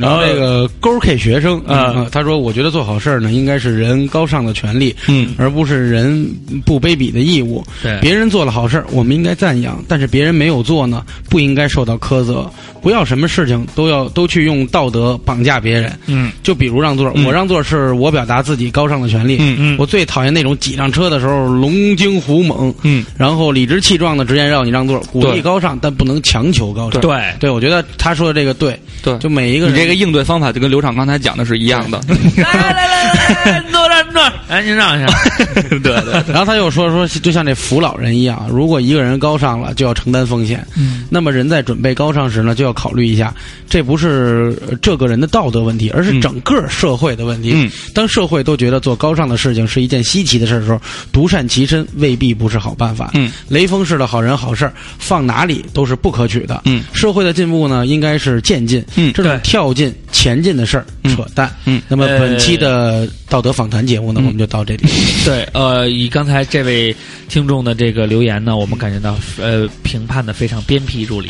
C: 然后这个勾 K 学生
B: 啊
C: 嗯他说：“我觉得做好事儿呢，应该是人高尚的权利，
B: 嗯
C: 而不是人不卑鄙的义务。
A: 对
C: 别人做了好事儿，我们应该赞扬；但是别人没有做呢，不应该受到苛责。不要什么事情都要都去用道德绑架别人。
A: 嗯
C: 就比如让座，
B: 嗯
C: 我让座是我表达自己高尚的权利。
B: 嗯
A: 嗯
C: 我最讨厌那种挤上车的时候龙精虎猛，
B: 嗯，
C: 然后理直气壮的直接让你让座，鼓
B: 对
C: 励高尚，但不能强求高 尚。
A: 对
C: 对，我觉得他说的这个对，
B: 对，
C: 就每一个
B: 你
C: 人
B: 这个应对方嗯法就跟刘畅刚才讲的是一样的。
A: 来来来来来，您坐这儿，您坐这儿，哎，您让一下。
B: 对对，
C: 然后他又说说，就像这扶老人一样，如果一个人高尚了，就要承担风险。
A: 嗯，
C: 那么人在准备高尚时呢，就要考虑一下，这不是呃这个人的道德问题，而是
B: 嗯
C: 整个社会的问题。
B: 嗯，
C: 当社会都觉得做高尚的事情是一件稀奇的事儿的时候，独善其身未必不是好办法。
B: 嗯，
C: 雷锋式的好人好事儿，放哪里都是不可取的。
B: 嗯，
C: 社会的进步呢，应该是渐进。
B: 嗯
C: 这种
A: 对
C: 跳进前进的事儿，
B: 嗯
C: 扯淡。
B: 嗯
C: 那么本期的道德访谈节目呢，
B: 嗯
C: 我们就到这里。
A: 对，呃，以刚才这位听众的这个留言呢，我们感觉到呃评判的非常鞭辟入里。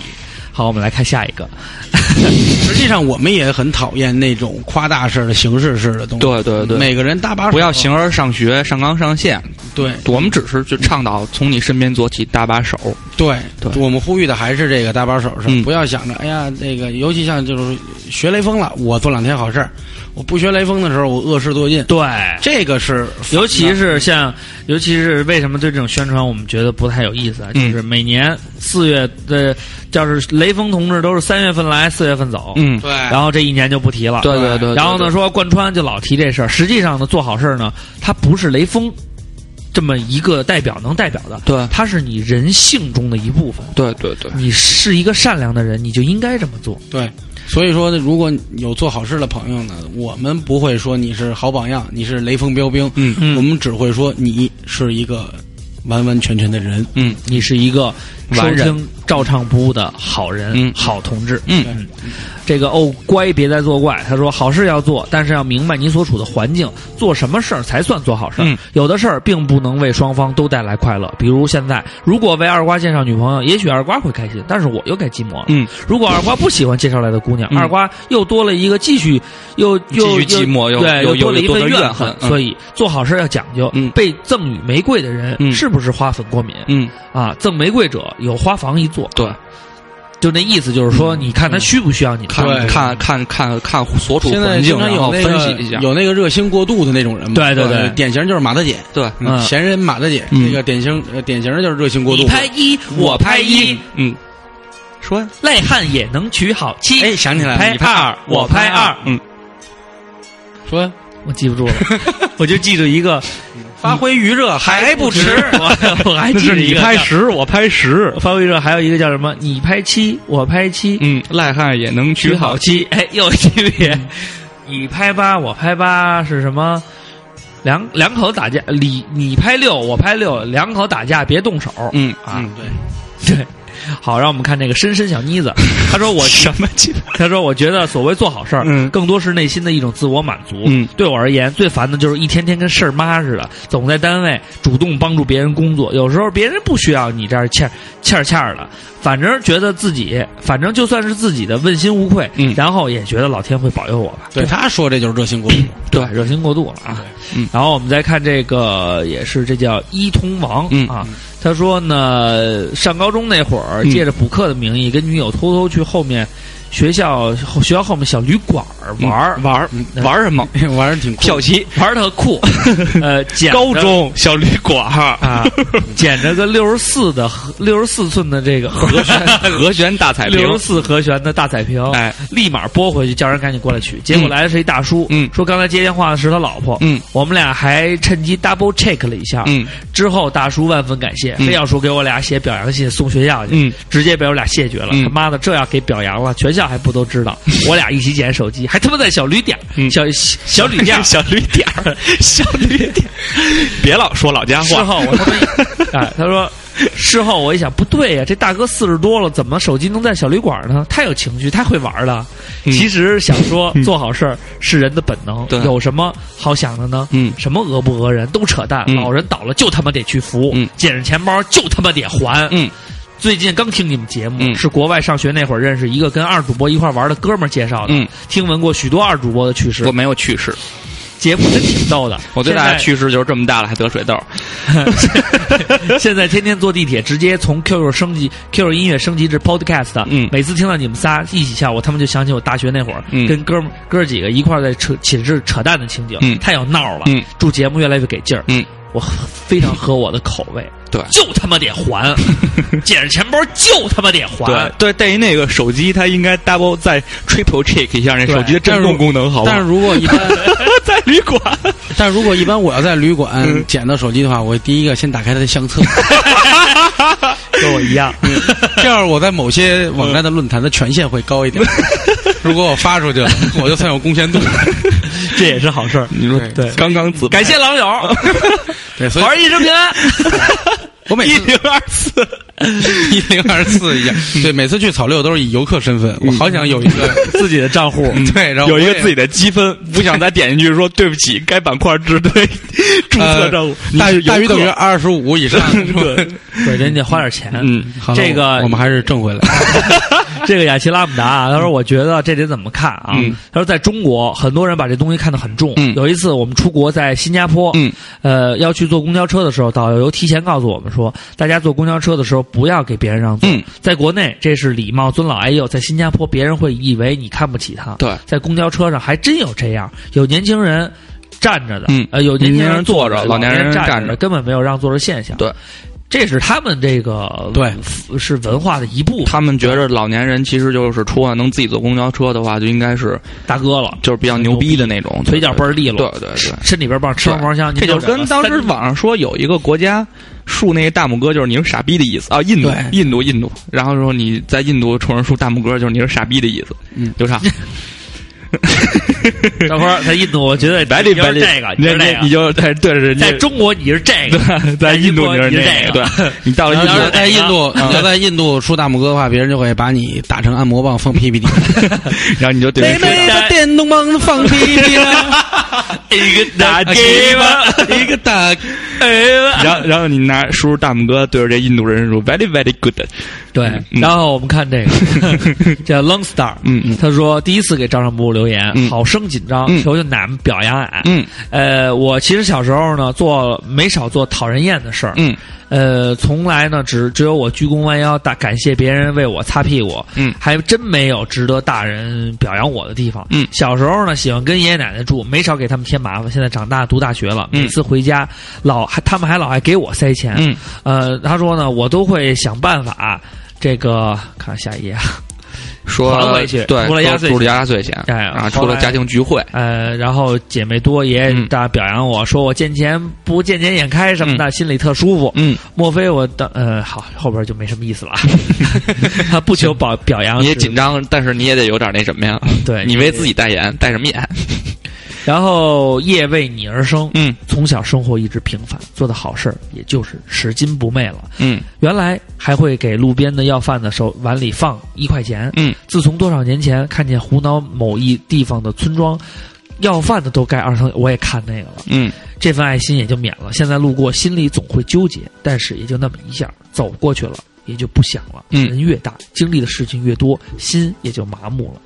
A: 好，我们来看下一个。
C: 实际上，我们也很讨厌那种夸大式的、形式式的东西。
B: 对对对，
C: 每个人搭把手，
B: 不要形而上学、上纲上线。
C: 对
B: 我们只是就倡导从你身边做起，搭把手。
C: 对
B: 对
C: 我们呼吁的还是这个搭把手上，
B: 嗯
C: 不要想着，哎呀，那个，尤其像就是学雷锋了，我做两天好事儿；我不学雷锋的时候，我恶事做尽。
A: 对，
C: 这个是反的，
A: 尤其是像，尤其是为什么对这种宣传我们觉得不太有意思啊？就
B: 嗯
A: 是每年四月的，叫是雷锋同志都是三月份来，四月份走，
B: 嗯，
C: 对，
A: 然后这一年就不提了。
B: 对对对。
A: 然后呢，说贯穿就老提这事儿，实际上呢，做好事儿呢，它不是雷锋这么一个代表能代表的，
B: 对？对
A: 它是你人性中的一部分。
B: 对对对，
A: 你是一个善良的人，你就应该这么做。
C: 对，所以说呢，如果有做好事的朋友呢，我们不会说你是好榜样，你是雷锋标兵，
B: 嗯
A: 嗯
C: 我们只会说你是一个完完全全的人。
B: 嗯
A: 你是一个收
B: 完人
A: 听照唱不误的好人、
B: 嗯
A: 好同志。
B: 嗯
A: 嗯，这个哦，乖，别再作怪。他说，好事要做，但是要明白你所处的环境，做什么事儿才算做好事儿。
B: 嗯
A: 有的事儿并不能为双方都带来快乐。比如现在，如果为二瓜介绍女朋友，也许二瓜会开心，但是我又该寂寞了。
B: 嗯，
A: 如果二瓜不喜欢介绍来的姑娘，
B: 嗯
A: 二瓜又多了一个继续又又
B: 继续寂寞又
A: 对
B: 又
A: 多了一
B: 又多
A: 份
B: 了怨
A: 恨。
B: 恨嗯
A: 所以做好事要讲究。
B: 嗯
A: 被赠予玫瑰的人、
B: 嗯
A: 是不是花粉过敏？
B: 嗯，
A: 啊，赠玫瑰者有花房一座。
B: 对，
A: 就那意思就是说，你看他需不需要你？
B: 看
C: 对
B: 看看看看所处
C: 现在
B: 环
C: 经
B: 境，
C: 常
B: 然
C: 有
B: 后
C: 那
B: 分
C: 个
B: 析一下。
C: 有那个热心过度的那种人嘛，
A: 对对
C: 对
A: 对
C: 典型就是马大姐，
B: 对，
A: 嗯
C: 闲人马大姐，
B: 嗯
C: 那个典型呃典型的就是热心过
A: 你
C: 度。
A: 拍一，我拍一，，
B: 嗯，说呀，
A: 赖汉也能娶好妻。
C: 哎，想起来了，
A: 拍
C: 你
A: 二，我拍二，
C: 嗯说
A: 我记不住了，我就记住一个
C: 发挥余热还不迟，
A: 我我 还
D: 那
A: 记
D: 是
A: 住一
D: 你
A: 个
D: 拍
A: 叫
D: 十，我拍十，
A: 发微热，还有一个叫什么？你拍七，我拍七，
B: 嗯，赖汉也能娶好
A: 好
B: 妻。
A: 妻， 哎，又有区别。你拍八，我拍八是什么？两两口打架，你你拍六，我拍六，两口打架别动手。
B: 嗯
A: 啊
B: 嗯
C: 对，
A: 对，好，让我们看这个深深小妮子，她说我 什么？她说我觉得所谓做好事儿，
B: 嗯
A: 更多是内心的一种自我满足。
B: 嗯
A: 对我而言，最烦的就是一天天跟事儿妈似的，总在单位主动帮助别人工作，有时候别人不需要你这儿欠欠儿欠儿的，反正觉得自己，反正就算是自己的问心无愧，
B: 嗯
A: 然后也觉得老天会保佑我吧。
C: 对他说这就是热心过度。
A: 对，热心过度了啊。
B: 嗯
A: 然后我们再看这个，也是这叫一通王、
B: 嗯
A: 啊。他说呢，上高中那会儿，
B: 嗯
A: 借着补课的名义，跟女友偷偷去后面学校学校后面小旅馆儿玩儿、
B: 玩儿
A: 嗯
B: 玩儿什么？
C: 玩儿挺酷，
B: 跳棋。
A: 玩儿特 酷。呃，捡着
D: 高中小旅 馆，
A: 啊，捡着个六十四的六十四寸的这个和 弦，
B: 和弦大彩屏，
A: 六十四和弦的大彩屏，
B: 哎，
A: 立马拨回去，叫人赶紧过来取。结果
B: 嗯
A: 来的是一大叔，
B: 嗯
A: 说刚才接电话的是他老婆，
B: 嗯
A: 我们俩还趁机 double check 了一下，
B: 嗯
A: 之后大叔万分感谢，
B: 嗯
A: 非要说给我俩写表扬信送学校去，
B: 嗯
A: 直接被我俩谢绝了。
B: 嗯
A: 他妈的，这要给表扬了，全校还不都知 道？我俩一起捡手机，还他妈在小旅店、
B: 嗯
A: 小小旅 店、啊小旅店、小旅店。
D: 别老说老家
A: 事
D: 话，
A: 后我他妈， 哎，他说，事后我一想，不对呀、这大哥四十多了，怎么手机能在小旅馆呢？太有情趣，太会玩了。
B: 嗯
A: 其实想说，做好事儿是人的本能
B: 对，
A: 有什么好想的呢？
B: 嗯
A: 什么讹不讹人都扯淡，
B: 嗯
A: 老人倒了就他妈得去扶，
B: 嗯
A: 捡着钱包就他妈得还。
B: 嗯
A: 最近刚听你们节目，
B: 嗯
A: 是国外上学那会儿认识一个跟二主播一块玩的哥们儿介绍的，
B: 嗯，
A: 听闻过许多二主播的趣事
B: 我，没有去世，
A: 节目真挺逗的。
B: 我最
A: 现
B: 大
A: 在
B: 的去世就是这么大了还得水痘。
A: 现在天天坐地铁，直接从 QQ 升级 QQ 音乐升级至 Podcast。啊
B: 嗯
A: 每次听到你们仨一起笑，我他们就想起我大学那会儿、
B: 嗯
A: 跟哥们哥几个一块儿在扯寝室扯淡的情景，
B: 嗯
A: 太有闹了。
B: 嗯
A: 祝节目越来越给劲儿。
B: 嗯，
A: 我非常合我的口味。
B: 对
A: 就他妈得 还，捡着钱包就他妈得还
B: 对。对，对于那个手机，它应该 double 再 triple check 一下那
A: 对
B: 手机的震动功能，好不
C: 但是
B: 好？
C: 如果一般，
B: 啊 在旅馆， 嗯
C: 但如果一般我要在旅馆捡到手机的话，我第一个先打开他的相 册，
A: 跟我一样，
C: 这样我在某些网站的论坛的权限会高一 点。如果我发出去了，我就算有贡献度。
A: 这也是好事儿。
B: 你说
A: 对
B: 刚刚自拍
A: 感谢狼友，
B: 嗯
C: 对，所以
A: 玩一生平安。
C: 我每
B: 一
C: 次
B: 零二四，
C: 一零二四一样，对，每次去草六都是以游客身份，我好想有一个嗯
A: 自己的账户，
B: 嗯
C: 对，然后
B: 有一
C: 我
B: 个
C: 也
B: 自己的积分，不想再点进去说对不起，该板块只对 注册账户。
C: 大
B: 你
C: 于
B: 是游
C: 大于
B: 客
C: 等于二十五以上。
B: 对，
A: 对，人家花点钱。
B: 嗯，
C: 好了
A: 这个
C: 我我们还是挣回来。
A: 这个雅琪拉姆达啊，他说我觉得这得怎么看啊？
B: 嗯
A: 他说在中国很多人把这东西看得很重。
B: 嗯
A: 有一次我们出国在新加坡，
B: 嗯
A: 呃，要去坐公交车的时候，导游提前告诉我们说，大家坐公交车的时候不要给别人让座。
B: 嗯，
A: 在国内这是礼貌尊老爱幼，在新加坡别人会以为你看不起他。
B: 对，
A: 在公交车上还真有这样，有年轻人站着的，
B: 嗯
A: 呃，有年轻人坐着，老
B: 老年人
A: 人
B: 站
A: 着
B: 着
A: 的，根本没有让座的现象。
B: 对，
A: 这是他们这个
C: 对
A: 是文化的一部分，
B: 他们觉着老年人其实就是出来能自己坐公交车的话，就应该是
A: 大哥了，
B: 就是比较牛逼的那种，
A: 腿脚倍
B: 儿。
A: 儿利
B: 对
A: 落，
B: 对对，
A: 身体倍儿棒，吃
B: 对
A: 毛毛香，
B: 这就
A: 您
B: 跟当时网上说有一个国家竖那个大拇哥，就是你是傻逼的意思啊。印度
C: 对，
B: 印度，印度。然后说你在印度冲人竖大拇哥，就是你是傻逼的意思。
C: 嗯，
B: 刘 畅，
A: 小花在印度，我觉得
B: 白
A: 你
B: 里
A: 就
B: 白
A: 是
B: 里，
A: 这个，
B: 你
A: 是这
B: 你
A: 个，
B: 你就在对着人家
A: 在中国你是这 个，
B: 对，在印度
A: 英国
B: 你是
A: 你是
B: 那
A: 这
B: 个，对你到了
C: 你
B: 印
C: 要是
B: 度，
C: 在印度，你要在印度竖大拇哥的话，别人就会把你打成按摩棒放屁屁里。
B: 然后你就对
C: 妹
B: 人
C: 妹
B: 说。
C: 的电动棒放屁屁了，
B: 哎
A: 一 个大哥吧，
C: 一个大
A: 哎吧
B: 然后，然后你拿竖着大拇哥对着这印度人说 “very very good”，
A: 对
B: 嗯，
A: 然后我们看 这个叫 Long Star，
B: 嗯嗯
A: 他说第一次给招商部留言，
B: 嗯
A: 好生紧张，
B: 嗯
A: 求求奶们表扬俺。
B: 嗯
A: 呃，我其实小时候呢，做没少做讨人厌的事儿，
B: 嗯
A: 呃，从来呢只只有我鞠躬弯腰，大感谢别人为我擦屁股，
B: 嗯
A: 还真没有值得大人表扬我的地方。
B: 嗯
A: 小时候呢，喜欢跟爷爷奶奶住，没少给他们添麻烦。现在长大读大学了，
B: 嗯
A: 每次回家老还他们还老爱给我塞钱。
B: 嗯，
A: 呃，他说呢，我都会想办法。啊这个看下一页啊，
B: 说
A: 还回去
B: 对，
A: 除了压岁钱
B: 除了压岁钱，
A: 哎
B: 啊，
A: 后
B: 除
A: 来
B: 了家庭聚会，
A: 呃，然后姐妹多也
B: 嗯
A: 大表扬我、说我见钱不见钱眼开什么的，心里特舒服。
B: 嗯，
A: 莫非我当呃好后边就没什么意 思了， 他不求表表扬，
B: 你也
A: 只
B: 紧张，但是你也得有点那什么呀？
A: 对
B: 你为自己代言，代什么言？
A: 然后夜为你而生，
B: 嗯
A: 从小生活一直平凡，做的好事儿也就是拾金不昧了。
B: 嗯
A: 原来还会给路边的要饭的手碗里放一块钱。
B: 嗯
A: 自从多少年前看见湖南某一地方的村庄，要饭的都盖二层，我也看那个了，
B: 嗯
A: 这份爱心也就免了。现在路过，心里总会纠结，但是也就那么一下走过去了，也就不想了。
B: 嗯
A: 人越大，经历的事情越多，心也就麻木了。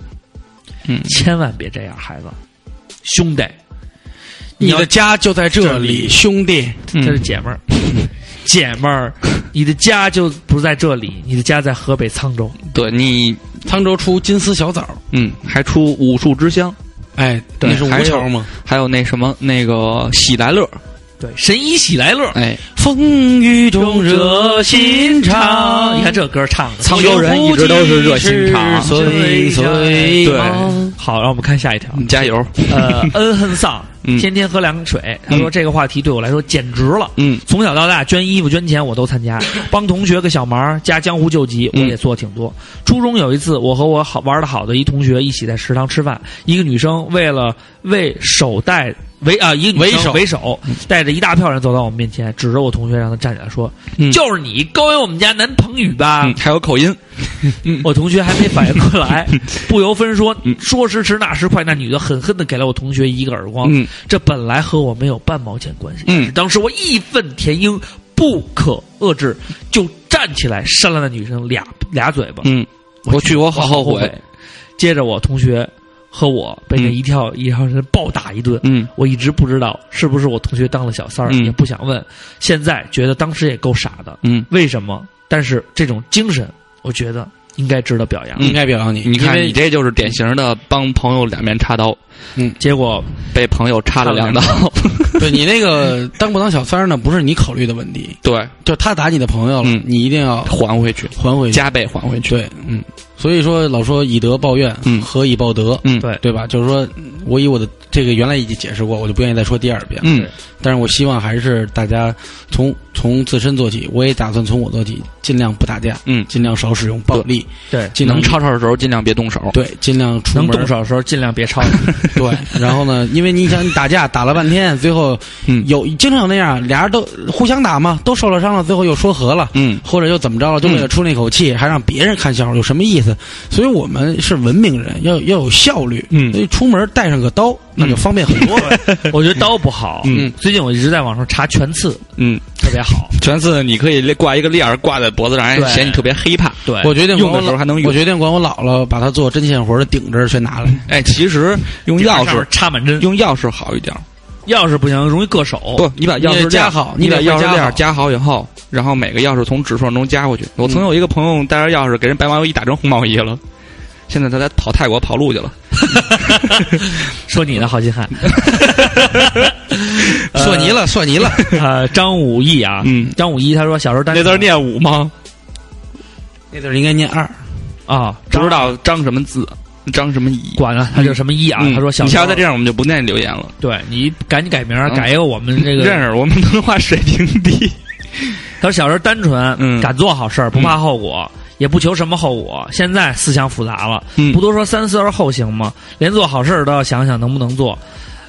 B: 嗯，
A: 千万别这样，孩子，兄弟。
C: 你的家就在这里，兄弟。
B: 嗯
A: 这是姐们儿， 姐们儿，你的家就不在这里，你的家在河北沧州。
B: 对你，
C: 沧州出金丝小枣，
B: 嗯，还出武术之乡，
C: 哎，那是吴桥吗？
B: 还有那什么那个喜来乐，
A: 对，神医喜来乐，
B: 哎，
C: 风雨中热心肠。
A: 你看这歌唱的，
B: 沧州人一直都是热心肠
C: 岁岁
B: 对
A: 好，让我们看下一 条。
B: 加油，
A: 呃，恩恨丧
B: 嗯，
A: 天天喝凉水。他说
B: 嗯
A: 这个话题对我来说简直了。
B: 嗯
A: 从小到大，捐衣服、捐钱我都参 加，帮同学个小忙，加江湖救急我
B: 嗯
A: 也做挺多。初中有一次，我和我好玩的好的一同学一起在食堂吃饭，一个女生为了为手带为啊、一个女
C: 为
A: 生
C: 手
A: 为手，
B: 嗯
A: 带着一大票人走到我们面前，指着我同学让他站起来说：“
B: 嗯
A: 就是你勾引我们家男朋友吧？”
B: 嗯，还有口音，嗯
A: 我同学还没反应过 来，不由分说，说时迟那时快，那女的狠狠的给了我同学一个耳光。
B: 嗯
A: 这本来和我没有半毛钱关系，
B: 嗯
A: 但是当时我义愤填膺，不可遏制，就站起来扇了那女生俩俩嘴巴。
B: 嗯，我去，我好后
A: 后
B: 悔，。
A: 接着我同学和我被那一跳一跳人暴打一顿。
B: 嗯
A: 我一直不知道是不是我同学当了小三儿，
B: 嗯
A: 也不想问。现在觉得当时也够傻的，
B: 嗯，
A: 为什么？但是这种精神，我觉得应该值得表扬。
C: 应该表扬你，
B: 嗯你看
C: 因为
B: 你这就是典型的帮朋友两面插刀，
A: 结果
B: 被朋友插了两刀，
C: 对你那个当不当小三儿呢，不是你考虑的问题，
B: 对，
C: 就是他打你的朋友了，
B: 嗯
C: 你一定要
B: 还回去，
C: 还回去。
B: 加倍还回去，
C: 对，嗯，所以说老说以德报怨，
B: 嗯
C: 何以报德？
B: 嗯，
A: 对
C: 对吧？就是说嗯我以我的这个原来已经解释过，我就不愿意再说第二遍。
B: 嗯
C: 但是我希望还是大家从从自身做起，我也打算从我做起，尽量不打架，
B: 嗯，
C: 尽量少使用暴力，
A: 对，
C: 尽量
B: 能吵吵的时候尽量别动手，
C: 对，尽量出
A: 能
C: 门
A: 动手的时候尽量别 抄。
C: 对，然后呢，因为你想你打架打了半天，最后
B: 嗯
C: 有经常有那样，俩人都互相打嘛，都受了伤了，最后又说和了。
B: 嗯
C: 或者又怎么着了，就为了出那口气，还让别人看笑话，有什么意思？所以我们是文明人，要要有效率。
B: 嗯
C: 所以出门带上个刀，那就方便很多了。
A: 我觉得刀不好。
B: 嗯
A: 最近我一直在网上查全刺，
B: 嗯，
A: 特别 好。
B: 全刺你可以挂一个链儿挂在脖子上，让人
A: 对
B: 嫌你特别黑怕。
A: 对，
C: 我决定管
B: 用的时候还能用
C: 我决定管我姥姥把她做针线活的顶针全拿来。
B: 哎，其实用
A: 上
B: 钥
A: 面
B: 匙
A: 插满针，
B: 用钥匙好一点儿，
A: 钥匙不行，容易硌手。
B: 不，哦你把钥匙
C: 你
B: 链
C: 得加好
B: 你
C: 你
B: 把
C: 得会
B: 钥匙
C: 加
B: 链
C: 好
B: 加好以后，然后每个钥匙从指缝中加回去。我曾有一个朋友带着钥匙给人白毛衣打成红毛衣了，现在他在跑泰国跑路去了。
A: 说你呢，好 心汉。
C: 索尼 了，索尼了，
A: 呃，张武义啊，
B: 嗯，
A: 张武义他说小时候单
B: 那字儿念武吗？
C: 那地儿应该念二。
A: 啊，
B: 不
A: 张
B: 知道张什么字，张什么仪。
A: 管了，他叫什么义啊？
B: 嗯
A: 他说小
B: 你
A: 时
B: 下
A: 候
B: 次再这样，我们就不念留言了。
A: 对你赶紧改名儿，
B: 嗯
A: 改一个我们这个
B: 认识我们文化水平 低。
A: 他说小时候单纯，
B: 嗯
A: 敢做好事儿，不怕后果，也不求什么后果。现在思想复杂了，
B: 嗯
A: 不都说三思而后行吗？连做好事儿都要想想能不能做，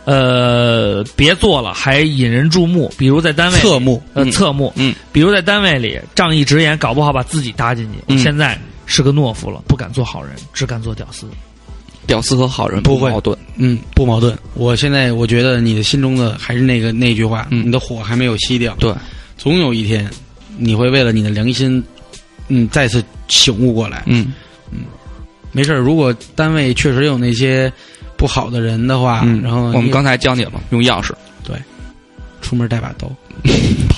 A: 呃，别做了还引人注目，比如在单位。
C: 侧目，
A: 呃，
B: 嗯
A: 侧目，
B: 嗯，
A: 比如在单位里仗义执言，搞不好把自己搭进去。我
B: 嗯
A: 现在是个懦夫了，不敢做好人，只敢做屌丝。
B: 屌丝和好人
C: 不会
B: 矛盾，
C: 嗯，不矛盾。我现在我觉得你的心中的还是那个那句话，
B: 嗯
C: 你的火还没有熄掉，
B: 对，
C: 总有一天你会为了你的良心，嗯，再次醒悟过来。
B: 嗯
C: 没事儿，如果单位确实有那些不好的人的话，
B: 嗯。
C: 然后
B: 我们
C: 你
B: 刚才教你了，用钥匙
C: 出门带把刀，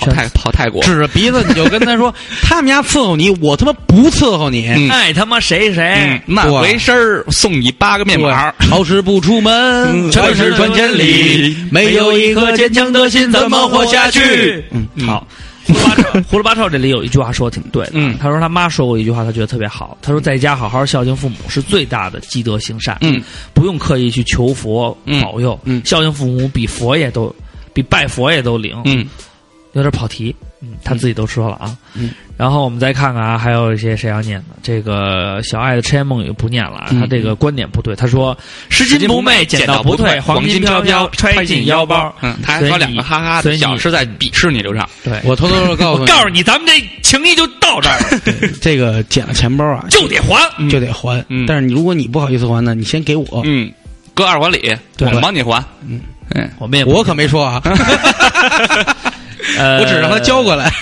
B: 跑泰跑泰国。
C: 指着鼻子你就跟他说，他们家伺候你，我他妈不伺候你。
B: 嗯
A: 爱他妈谁谁
B: 嗯，，那
C: 哇
B: 回身儿送你八个面
C: 对
B: 板儿。
C: 好事不出门，
B: 全
C: 坏事传千里。没有一颗坚强的心，怎么活下去？？
B: 嗯，
A: 好， 胡说八道，胡说八道这里有一句话说的挺对的，啊
B: 嗯
A: 他说他妈说过一句话，他觉得特别好，他说在家好好孝敬父母是最大的积德行善，
B: 嗯，
A: 不用刻意去求佛保佑，
B: 嗯嗯
A: 孝敬父母比佛爷都比拜佛爷都灵，
B: 嗯，
A: 有点跑题，嗯，他自己都说了啊，
B: 嗯，
A: 然后我们再看看啊，还有一些谁要念的，这个小爱的痴言梦语不念了啊，
B: 嗯
A: 他这个观点不对，他说拾
B: 金
A: 金
B: 不
A: 不昧，
B: 昧
A: 捡
B: 捡到
A: 到不
B: 不退
A: 退，黄
B: 黄金
A: 飘
B: 飘飘揣
A: 揣
B: 进
A: 进
B: 腰
A: 腰包，
B: 嗯，他还
A: 所以
B: 说两
A: 你
B: 个哈哈
A: 所以
B: 的
A: 你
B: 笑，是在鄙视你刘畅。
A: 对。
C: 我偷偷的告
A: 我
C: 诉你，
A: 告诉你，咱们这情谊就到这儿了，
C: 这个捡了钱包啊，
A: 就得还。
B: 嗯
C: 就得还
B: 嗯。
C: 但是你如果你不好意思还呢，你先给我，
B: 嗯，搁二环里，我
C: 对
B: 帮你还。
C: 嗯
B: 嗯，
A: 我们也不
C: 我可没说
B: 哎
C: 啊，
A: 呃，
C: 我只让他交。过
B: 哎
C: 来。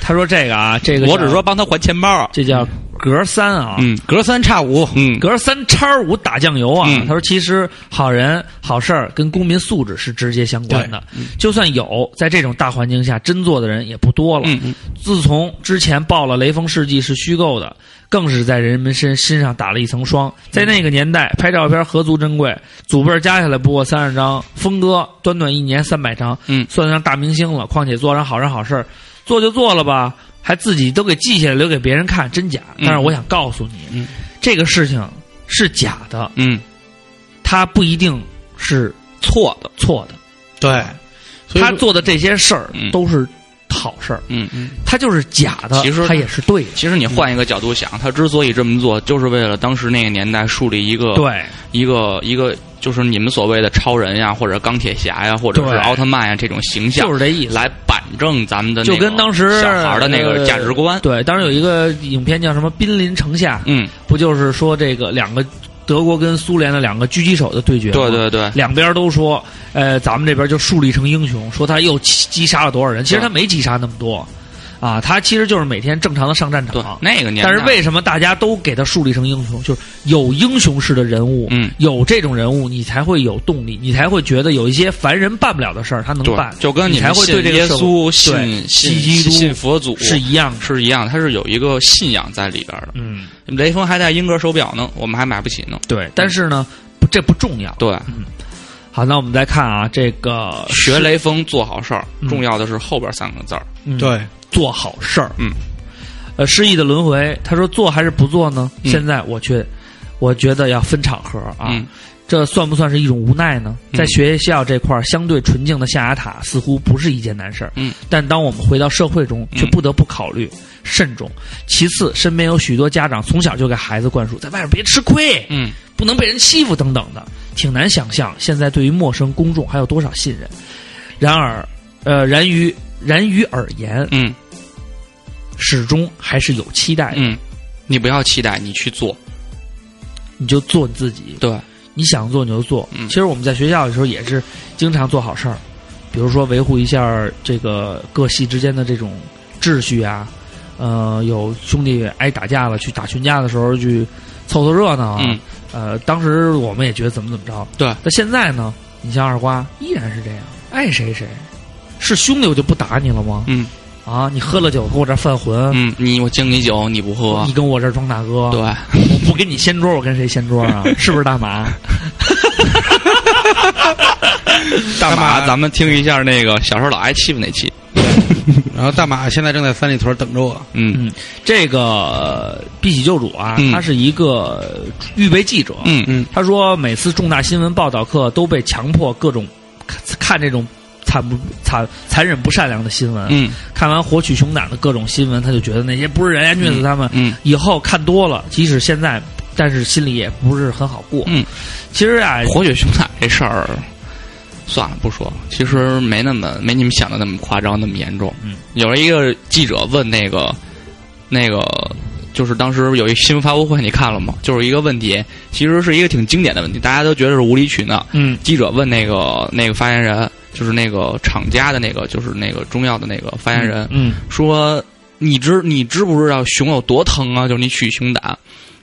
A: 他说这个啊，这个
B: 我
A: 叫
B: 只说帮他还钱包。啊
A: 这叫格三啊，
B: 嗯
C: 隔三差五，
B: 嗯，
A: 格三叉五打酱油啊。
B: 嗯
A: 他说其实好人好事儿跟公民素质是直接相关的，
B: 嗯
A: 就算有，在这种大环境下真做的人也不多了。
B: 嗯嗯
A: 自从之前报了雷锋事迹是虚构的，更是在人们身身上打了一层霜。在那个年代，拍照片何足珍贵，祖辈儿加起来不过三十张，峰哥短短一年三百张，
B: 嗯
A: 算得上大明星了。况且做上好人好事儿，做就做了吧，还自己都给记下来留给别人看，真假？
B: 嗯
A: 但是我想告诉你，
C: 嗯
A: 这个事情是假的，
B: 嗯，
A: 他不一定是
B: 错的。
A: 错的，
C: 对，所以
A: 他
C: 说
A: 做的这些事儿
B: 嗯
A: 都是好事儿，
B: 嗯嗯，
A: 他就是假的，
B: 其实
A: 他也是对的，
B: 其实你换一个角度想，他之所以这么做，就是为了当时那个年代树立一个
A: 对。
B: 一个一个，就是你们所谓的超人呀，或者钢铁侠呀，或者是
A: 对
B: 奥特曼呀这种形象
A: 就，是这意思。
B: 来板正咱们的那
A: 就
B: 个
A: 跟当时呃
B: 小孩儿的那个价值观。
A: 对，当时有一个影片叫什么《兵临城下》，
B: 嗯，
A: 不就是说这个两个德国跟苏联的两个狙击手的对决吗？
B: 对对对，
A: 两边都说，呃，咱们这边就树立成英雄，说他又击击杀了多少人，其实
B: 对
A: 他没击杀那么多，啊，他其实就是每天正常的上战
B: 对
A: 场。
B: 那个年代，
A: 但是为什么大家都给他树立成英雄？就是有英雄式的人物，
B: 嗯
A: 有这种人物，你才会有动力，你才会觉得有一些凡人办不了的事儿，他能
B: 对
A: 办，，
B: 就跟
A: 你才
B: 们
A: 会对
B: 信
A: 这个
B: 耶
A: 社会
B: 稣、信
A: 对
B: 信
A: 信基督
B: 信佛祖
A: 是一样的。
B: 是一样，它是有一个信仰在里边的。
A: 嗯，
B: 雷锋还戴英格手表呢，我们还买不起呢。
A: 对，但是呢，不这不重要。
B: 对，
A: 好，那我们再看啊，这个
B: 学雷锋做好事儿，
A: 嗯
B: 重要的是后边三个字儿。
A: 嗯
C: 对
A: 做好事儿。
B: 嗯，
A: 呃，失意的轮回，他说做还是不做呢？
B: 嗯
A: 现在我却我觉得要分场合啊，
B: 嗯
A: 这算不算是一种无奈呢？
B: 嗯
A: 在学校这块儿相对纯净的象牙塔似乎不是一件难事儿，
B: 嗯，
A: 但当我们回到社会中，
B: 嗯
A: 却不得不考虑慎重。其次，身边有许多家长从小就给孩子灌输，在外边别吃亏，
B: 嗯，
A: 不能被人欺负等等的，挺难想象现在对于陌生公众还有多少信任。然而，呃，然于然于而言，
B: 嗯
A: 始终还是有
B: 哎
A: 期待的。
B: 嗯，你不要期待，你去做。
A: 你就做你自己，
B: 对，
A: 你想做你就做。
B: 嗯
A: 其实我们在学校的时候也是经常做好事儿，比如说维护一下这个各系之间的这种秩序啊，呃，有兄弟挨打架了，去打群架的时候去凑凑热闹啊。
B: 嗯
A: 呃，当时我们也觉得怎么怎么着。
B: 对
A: 但现在呢，你像二瓜依然是这样，爱谁谁，是兄弟我就不打你了吗？
B: 嗯
A: 啊，你喝了酒跟我这儿犯浑，
B: 嗯，你我敬你酒，你不喝
A: 你，跟我这儿装大哥，
B: 对，
A: 我不跟你掀桌，我跟谁掀桌 啊？是不是大马？
B: 大
C: 马
B: 马，咱们听一下那个小时候老挨欺负那期，
C: 然后大马现在正在三里屯等着我，
B: 嗯
A: 嗯，这个碧玺救主啊，
B: 嗯
A: 他是一个预备记者，
B: 嗯
C: 嗯
A: 他说每次重大新闻报道课都被强迫各种看看这种惨不惨残忍不善良的新闻，
B: 嗯
A: 看完火取熊胆的各种新闻，他就觉得那些不是人呀，虐死他们。
B: 嗯
A: 以后看多了，即使现在，但是心里也不是很好过。
B: 嗯，
A: 其实啊，
B: 火血熊胆这事儿，算了不说了，其实没那么没你们想的那么夸张，那么严重。
A: 嗯，
B: 有一个记者问那个那个，就是当时有一新闻发布会，你看了吗？就是一个问题，其实是一个挺经典的问题，大家都觉得是无理取闹。
A: 嗯
B: 记者问那个那个发言人，就是那个厂家的那个，就是那个中药的那个发言人，
A: 嗯
B: 说你知你知不知道熊有多疼啊？就是你取熊胆，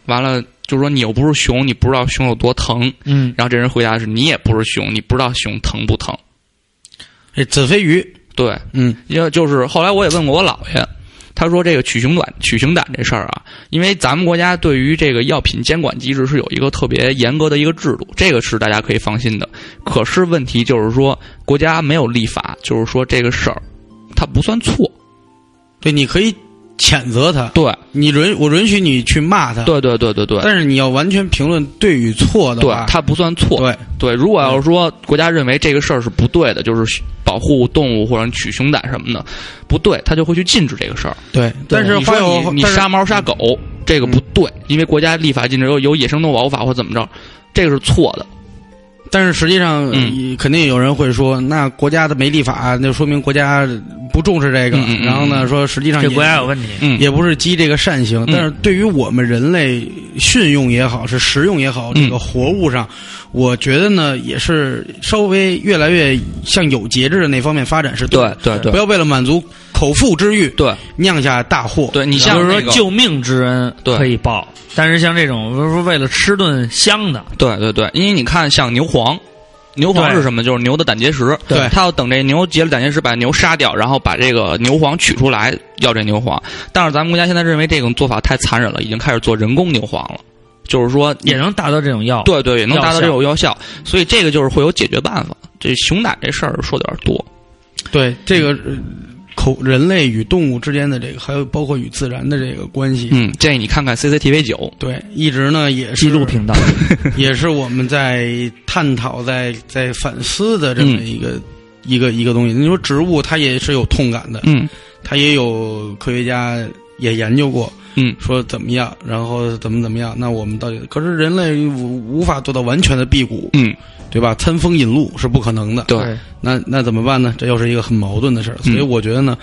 B: 完了就说你又不是熊，你不知道熊有多疼。
A: 嗯，
B: 然后这人回答的是你也不是熊，你不知道熊疼不疼。
C: 这子非鱼，
B: 对，
C: 嗯，
B: 因为就是后来我也问过我姥爷，他说这个取熊胆取熊胆这事儿啊，因为咱们国家对于这个药品监管机制是有一个特别严格的一个制度，这个是大家可以放心的。可是问题就是说，国家没有立法，就是说这个事儿它不算错。
C: 对，你可以谴责他，
B: 对，
C: 你允我允许你去骂他，，
B: 对对对对对。
C: 但是你要完全评论对与错的
B: 对
C: 话，，
B: 它不算错。
C: 对
B: 对，如果要是说国家认为这个事儿是不对的，就是保护动物或者取熊胆什么的，不对，他就会去禁止这个事儿。
C: 对，但是
B: 你
C: 还
B: 说
C: 有
B: 你你
C: 但是
B: 杀猫杀狗，这个不对，因为国家立法禁止有有野生动物保护法或怎么着，这个是错的。
C: 但是实际上，
B: 嗯
C: 呃肯定有人会说，那国家的没立法，那说明国家不重视这个。
B: 嗯嗯嗯
C: 然后呢，
B: 嗯
C: 说实际上
A: 这
C: 也
A: 国家有问题。
B: 嗯，
C: 也不是积这个善行。
B: 嗯
C: 但是对于我们人类驯用也好，是食用也好，
B: 嗯
C: 这个活物上，我觉得呢，也是稍微越来越向有节制的那方面发展是
B: 对
C: 的。
B: 对对
C: 不要为了满足口腹之欲
B: 对
C: 酿下大祸。
B: 对，
A: 你
B: 你像
A: 就是
B: 那
A: 说
B: 个
A: 救命之恩
B: 对
A: 可以报，但是像这种不是说为了吃顿香的，
B: 对对对，因为你看像牛黄。牛黄
A: 对
B: 是什么？就是牛的胆结石。
C: 对
B: 他要等这牛结了胆结石，把牛杀掉，然后把这个牛黄取出来，要这牛黄。但是咱们国家现在认为这种做法太残忍了，已经开始做人工牛黄了，就是说
A: 也能达到这种药。
B: 对对，也能达
A: 药
B: 到
A: 效
B: 这种药效。所以这个就是会有解决办法。这熊胆这事儿说的有点多，
C: 对，这个呃口人类与动物之间的这个，还有包括与自然的这个关系。
B: 嗯，建议你看看 CCTV 九，
C: 对，一直呢也是
A: 记录频道，
C: 也是我们在探讨、在在反思的这么一
B: 嗯
C: 个、一个一个东西。你说植物它也是有痛感的，
B: 嗯
C: 它也有科学家也研究过，
B: 嗯，
C: 说怎么样，然后怎么怎么样。那我们到底可是人类无无法做到完全的辟谷，
B: 嗯，
C: 对吧？餐风饮露是不可能的。
B: 对，
C: 那那怎么办呢？这又是一个很矛盾的事儿。所以我觉得呢，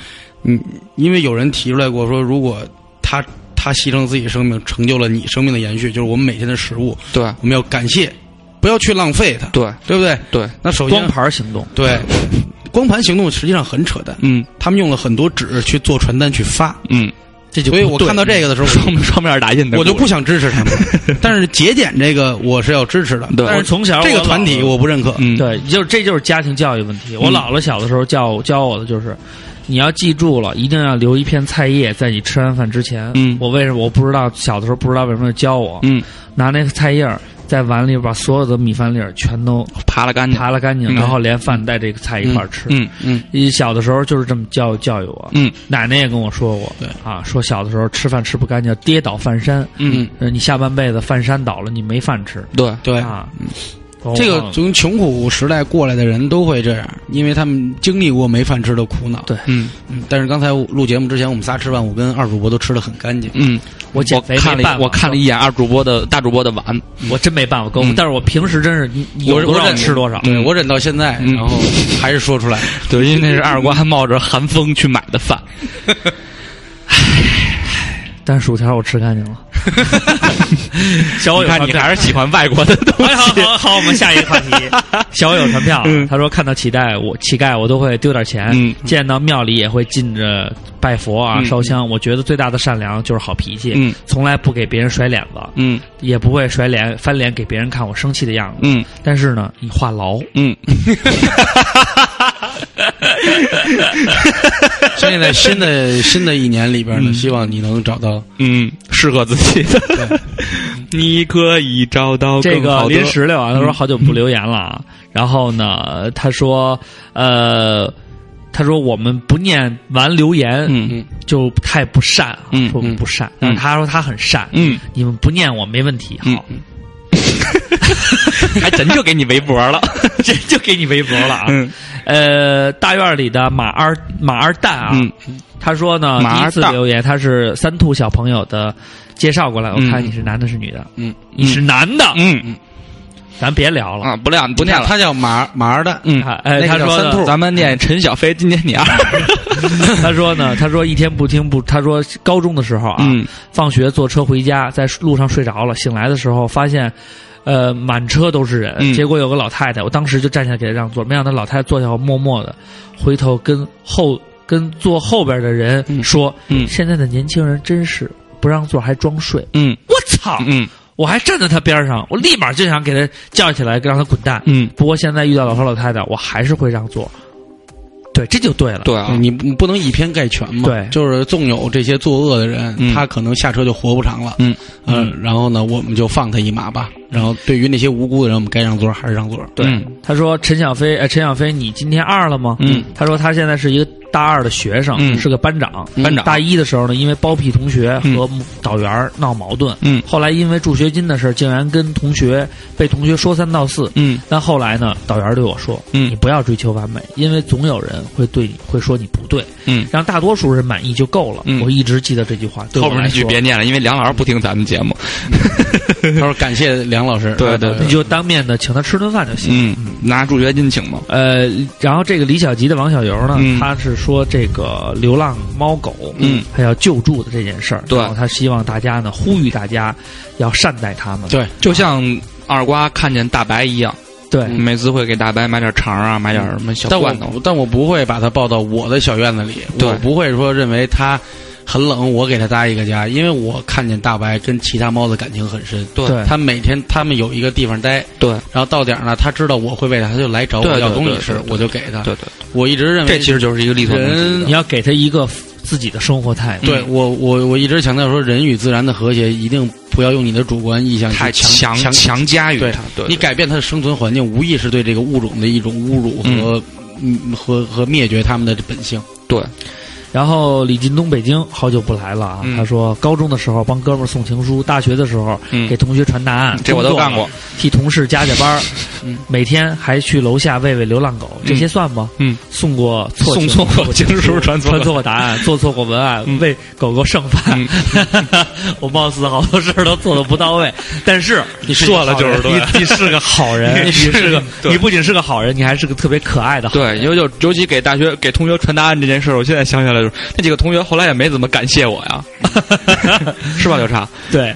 C: 嗯，因为有人提出来过说，如果他他牺牲自己生命，成就了你生命的延续，就是我们每天的食物，
B: 对
C: 我们要感谢，不要去浪费它，
B: 对
C: 对不对？
B: 对，
C: 那首先
A: 光盘行动。
C: 对光盘行动实际上很扯淡，
B: 嗯
C: 他们用了很多纸去做传单去发，
B: 嗯，
A: 这就
C: 所以我看到这个的时 候，
B: 双双面打印的，
C: 我我就不，想支持他们。 但是节俭这个我是要支持 的，
A: 但
B: 对
C: 但
A: 是
C: 是
A: 从小
C: 这个
A: 我姥
C: 团体我不认可。
B: 嗯，
A: 对，就是这就是家庭教育问题。我
B: 嗯
A: 姥姥小的时候教我教我的就是，你要记住了，一定要留一片菜叶在你吃完饭之前。
B: 嗯
A: 我为什么我不知道小的时候不知道为什么要教我
B: 嗯，
A: 拿那个菜叶儿在碗里把所有的米饭粒儿全都
B: 扒拉干净，
A: 扒拉干净，
B: 嗯
A: 然后连饭带这个菜一块儿吃。
B: 嗯
C: 嗯，
A: 一小的时候就是这么教教育我，
B: 嗯
A: 奶奶也跟我说过，
C: 对
A: 啊，说小的时候吃饭吃不干净，跌倒饭山，
B: 嗯，
A: 呃你下半辈子饭山倒了，你没饭吃
B: 对，
C: 对。
A: 啊。
B: 嗯
C: 这个
A: 哦
C: 从穷苦时代过来的人都会这样，因为他们经历过没饭吃的苦恼。
A: 对
B: 嗯
C: 嗯，但是刚才录节目之前，我们仨吃饭，我跟二主播都吃的很干净。
B: 嗯，
A: 我
B: 我
A: 减肥
B: 看
A: 没
B: 了
A: 办
B: 一
A: 法
B: 我看了一眼二主播的大主播的碗，
A: 我真没办法跟我，
B: 嗯
A: 但是我平时真是你你
B: 我
A: 有多
B: 我
A: 少
B: 认
A: 吃多少。
B: 嗯
C: 对我忍到现在，
B: 嗯
C: 然后还是说出来。
B: 对，因为那是二瓜冒着寒风去买的饭，
A: 但是薯条我吃干净了， 小
B: 我
A: 我有
B: 看
A: 传
B: 你
A: 票，
B: 还是喜欢外国的东
A: 哎，好
B: 西。
A: 好好，我们下一个话题。 嗯小我有传票，啊他说看到乞丐，我乞丐我都会丢点钱，
B: 嗯
A: 见到庙里也会进着拜佛啊、
B: 嗯
A: 烧香。我觉得最大的善良就是好脾气，
B: 嗯
A: 从来不给别人甩脸子，
B: 嗯
A: 也不会甩脸翻脸给别人看我生气的样子。
B: 嗯
A: 但是呢，你话痨，
B: 嗯，
C: 所以在新的新的一年里边呢，希望你能找到
B: 嗯，适合自己的， 你可以找到
A: 这
B: 更
A: 个
B: 好嗯的
A: 林。石榴啊，他说好久不留言了 啊。然后呢，他说，呃，他说我们不念完留言，
B: 嗯
A: 就太不善啊，
B: 嗯
A: 说不善。
B: 嗯
A: 但是他说他很善，
B: 嗯
A: 你们不念我没问题，好，
B: 嗯，还真哎就给你围脖了。
A: 这就给你微博了啊。
B: 嗯
A: 呃，大院里的马二马二蛋啊，
B: 嗯
A: 他说呢，
B: 马二蛋
A: 第一次留言他是三兔小朋友的介绍过来，我
B: 嗯
A: 看你是男的是女的，
C: 嗯，
A: 你是男的，
B: 嗯
A: 咱别聊了。
B: 啊，不亮不 念了。
C: 他叫马马儿蛋，
B: 嗯，
A: 看，哎，
C: 那
A: 他
C: 个叫
A: 说
C: 三
A: 呢
C: 兔
B: 咱们念陈小飞，今年你二。
A: 他说呢，他说一天不听不，他说高中的时候啊，
B: 嗯
A: 放学坐车回家，在路上睡着了，醒来的时候发现。呃，满车都是人，
B: 嗯
A: 结果有个老太太，我当时就站起来给她让座，没想到老太太坐下后，默默的回头跟后跟坐后边的人说：“
B: 嗯
A: 现在的年轻人真是不让座还装睡。
B: 嗯”
A: 我操！
B: 嗯
A: 我还站在她边上，我立马就想给她叫起来，让她滚蛋。
B: 嗯，
A: 不过现在遇到老头老太太，我还是会让座。对，这就对了。
B: 对啊
C: 对，你不你不能以偏概全嘛。
A: 对
C: 就是纵有这些作恶的人，
B: 嗯
C: 他可能下车就活不长了。
B: 嗯
C: 呃，然后呢，我们就放他一马吧。然后对于那些无辜的人，我们该让座还是让座。
A: 对，
B: 嗯
A: 他说陈小飞，呃，陈小飞，你今天二了吗？
B: 嗯，
A: 他说他现在是一个大二的学生，
B: 嗯
A: 是个班长。
B: 班长
A: 大一的时候呢，因为包庇同学
B: 嗯
A: 和导员儿闹矛盾，
B: 嗯
A: 后来因为助学金的事儿，竟然跟同学被同学说三道四。
B: 嗯
A: 但后来呢，导员儿对我说：“
B: 嗯
A: 你不要追求完美，因为总有人会对你会说你不对，
B: 嗯，
A: 让大多数人满意就够了。
B: 嗯
A: 我一直记得这句话。对我
B: 后边那
A: 来
B: 句
A: 说
B: 别念了，因为梁老师不听咱们节目。
C: 他说感谢梁老师。呃
B: 对对对
A: 你就当面的请他吃顿饭就行。
B: 嗯，拿助学金请嘛。
A: 呃，然后这个李小吉的王小游呢，
B: 嗯
A: 他是说这个流浪猫狗，
B: 嗯，
A: 他要救助的这件事儿，
B: 对
A: 然后他希望大家呢，呼吁大家要善待他们，
C: 对，
B: 就像二瓜看见大白一样，
A: 对，
B: 每次会给大白买点肠啊，买点什么小
C: 但我
B: 罐头。
C: 但我不会把他抱到我的小院子里，
B: 对
C: 我不会说认为他很冷，我给他搭一个家，因为我看见大白跟其他猫的感情很深。
B: 对
A: 对
C: 他每天他们有一个地方待，
B: 对
C: 然后到点儿呢，他知道我会喂它，他就来找
B: 对
C: 我
B: 对
C: 要东西
B: 对
C: 吃
B: 对，对
C: 我就给他。
B: 对对，
C: 我一直认为
B: 这其实就是一个力所能及
C: 人
B: 的。
A: 你要给他一个自己的生活态度，
C: 对
B: 嗯
C: 我我我一直强调说，人与自然的和谐一定不要用你的主观意向去
B: 太
C: 强
B: 强强加于
C: 对
B: 他，对
C: 你改变它的生存环境，无疑是对这个物种的一种侮辱和、嗯、和和灭绝它们的本性。
B: 对，
A: 然后李进东北京好久不来了啊，
B: 嗯
A: 他说高中的时候帮哥们儿送情书，大学的时候
B: 嗯
A: 给同学传答案，
B: 这我都
A: 工作
B: 干过，
A: 替同事加加班儿，每天还去楼下喂喂流浪狗，这些算吗？
B: 嗯嗯，
A: 送过错
B: 送错过情书传错嗯
A: 传错过答案，做错过文案，为狗狗剩饭。 我貌似好多事儿都做的不到位，但是你
B: 是一个
A: 说了就是
B: 好人
A: 对，你是个好人，你是个，你不仅是个好人，你还是个特别可爱的好人。
B: 对，尤尤尤其给大学给同学传答案这件事儿，我现在想起来就是那几个同学后来也没怎么感谢我呀， 是吧，刘畅？
A: 对，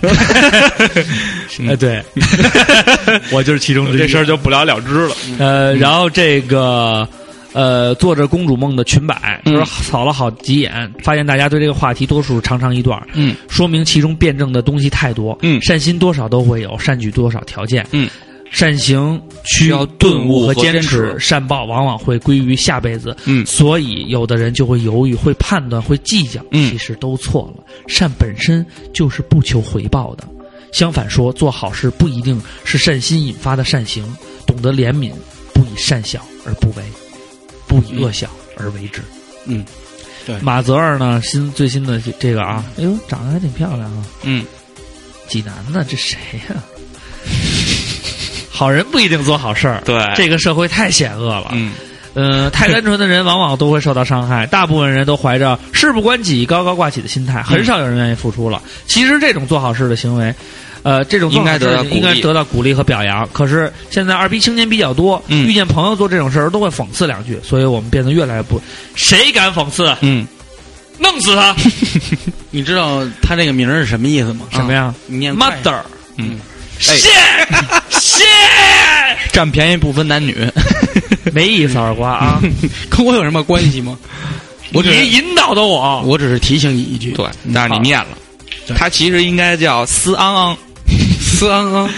A: 哎对，
B: 嗯
A: 我就是其中之一。
B: 这事儿就不了了之了。
A: 呃，然后这个。呃，做着公主梦的裙摆，
B: 嗯
A: 他说扫了好几眼，发现大家对这个话题多数长长一段，
B: 嗯，
A: 说明其中辩证的东西太多，
B: 嗯
A: 善心多少都会有，善举多少条件，
B: 嗯，
A: 善行需
B: 要
A: 顿
B: 顿悟
A: 和
B: 和
A: 坚
B: 坚持
A: 善报往往会归于下辈子，
B: 嗯
A: 所以有的人就会犹豫，会判断，会计较，
B: 嗯
A: 其实都错了，善本身就是不求回报的，相反说，做好事不一定是善心引发的善行，懂得怜悯，不以善小而不为，不以恶小而为之。
C: 嗯，对
A: 马泽尔呢，新最新的这这个啊，哎呦，长得还挺漂亮啊。
B: 嗯，
A: 济南的这谁呀、 好人不一定做好事儿，
B: 对，
A: 这个社会太险恶了。
B: 嗯
A: 呃，太 单纯的人往往都会受到伤害，大部分人都怀着事不关己高高挂起的心态，
B: 嗯
A: 很少有人愿意付出了。其实这种做好事的行为，呃，这种做好事的行为
B: 应
A: 应
B: 该
A: 该
B: 得到鼓励
A: 得到鼓励和表扬。可是现在二逼青年比较多，
B: 嗯
A: 遇见朋友做这种事儿都会讽刺两句，所以我们变得越来越不，谁敢讽刺？
B: 嗯，
A: 弄死他！
C: 你知道他这个名儿是什么意思吗？
A: 什么呀
C: 你念快一点
A: ？Mother，
B: 啊嗯，哎
A: shit shit，
B: 占便宜不分男女，
A: 没意思，二瓜啊！
C: 跟我有什么关系吗？ 我只
A: 你
C: 是
A: 引导的我，
C: 我只是提醒你一句，
B: 对，但是你念了
C: 对，
B: 它其实应该叫思昂昂，
C: 思安安，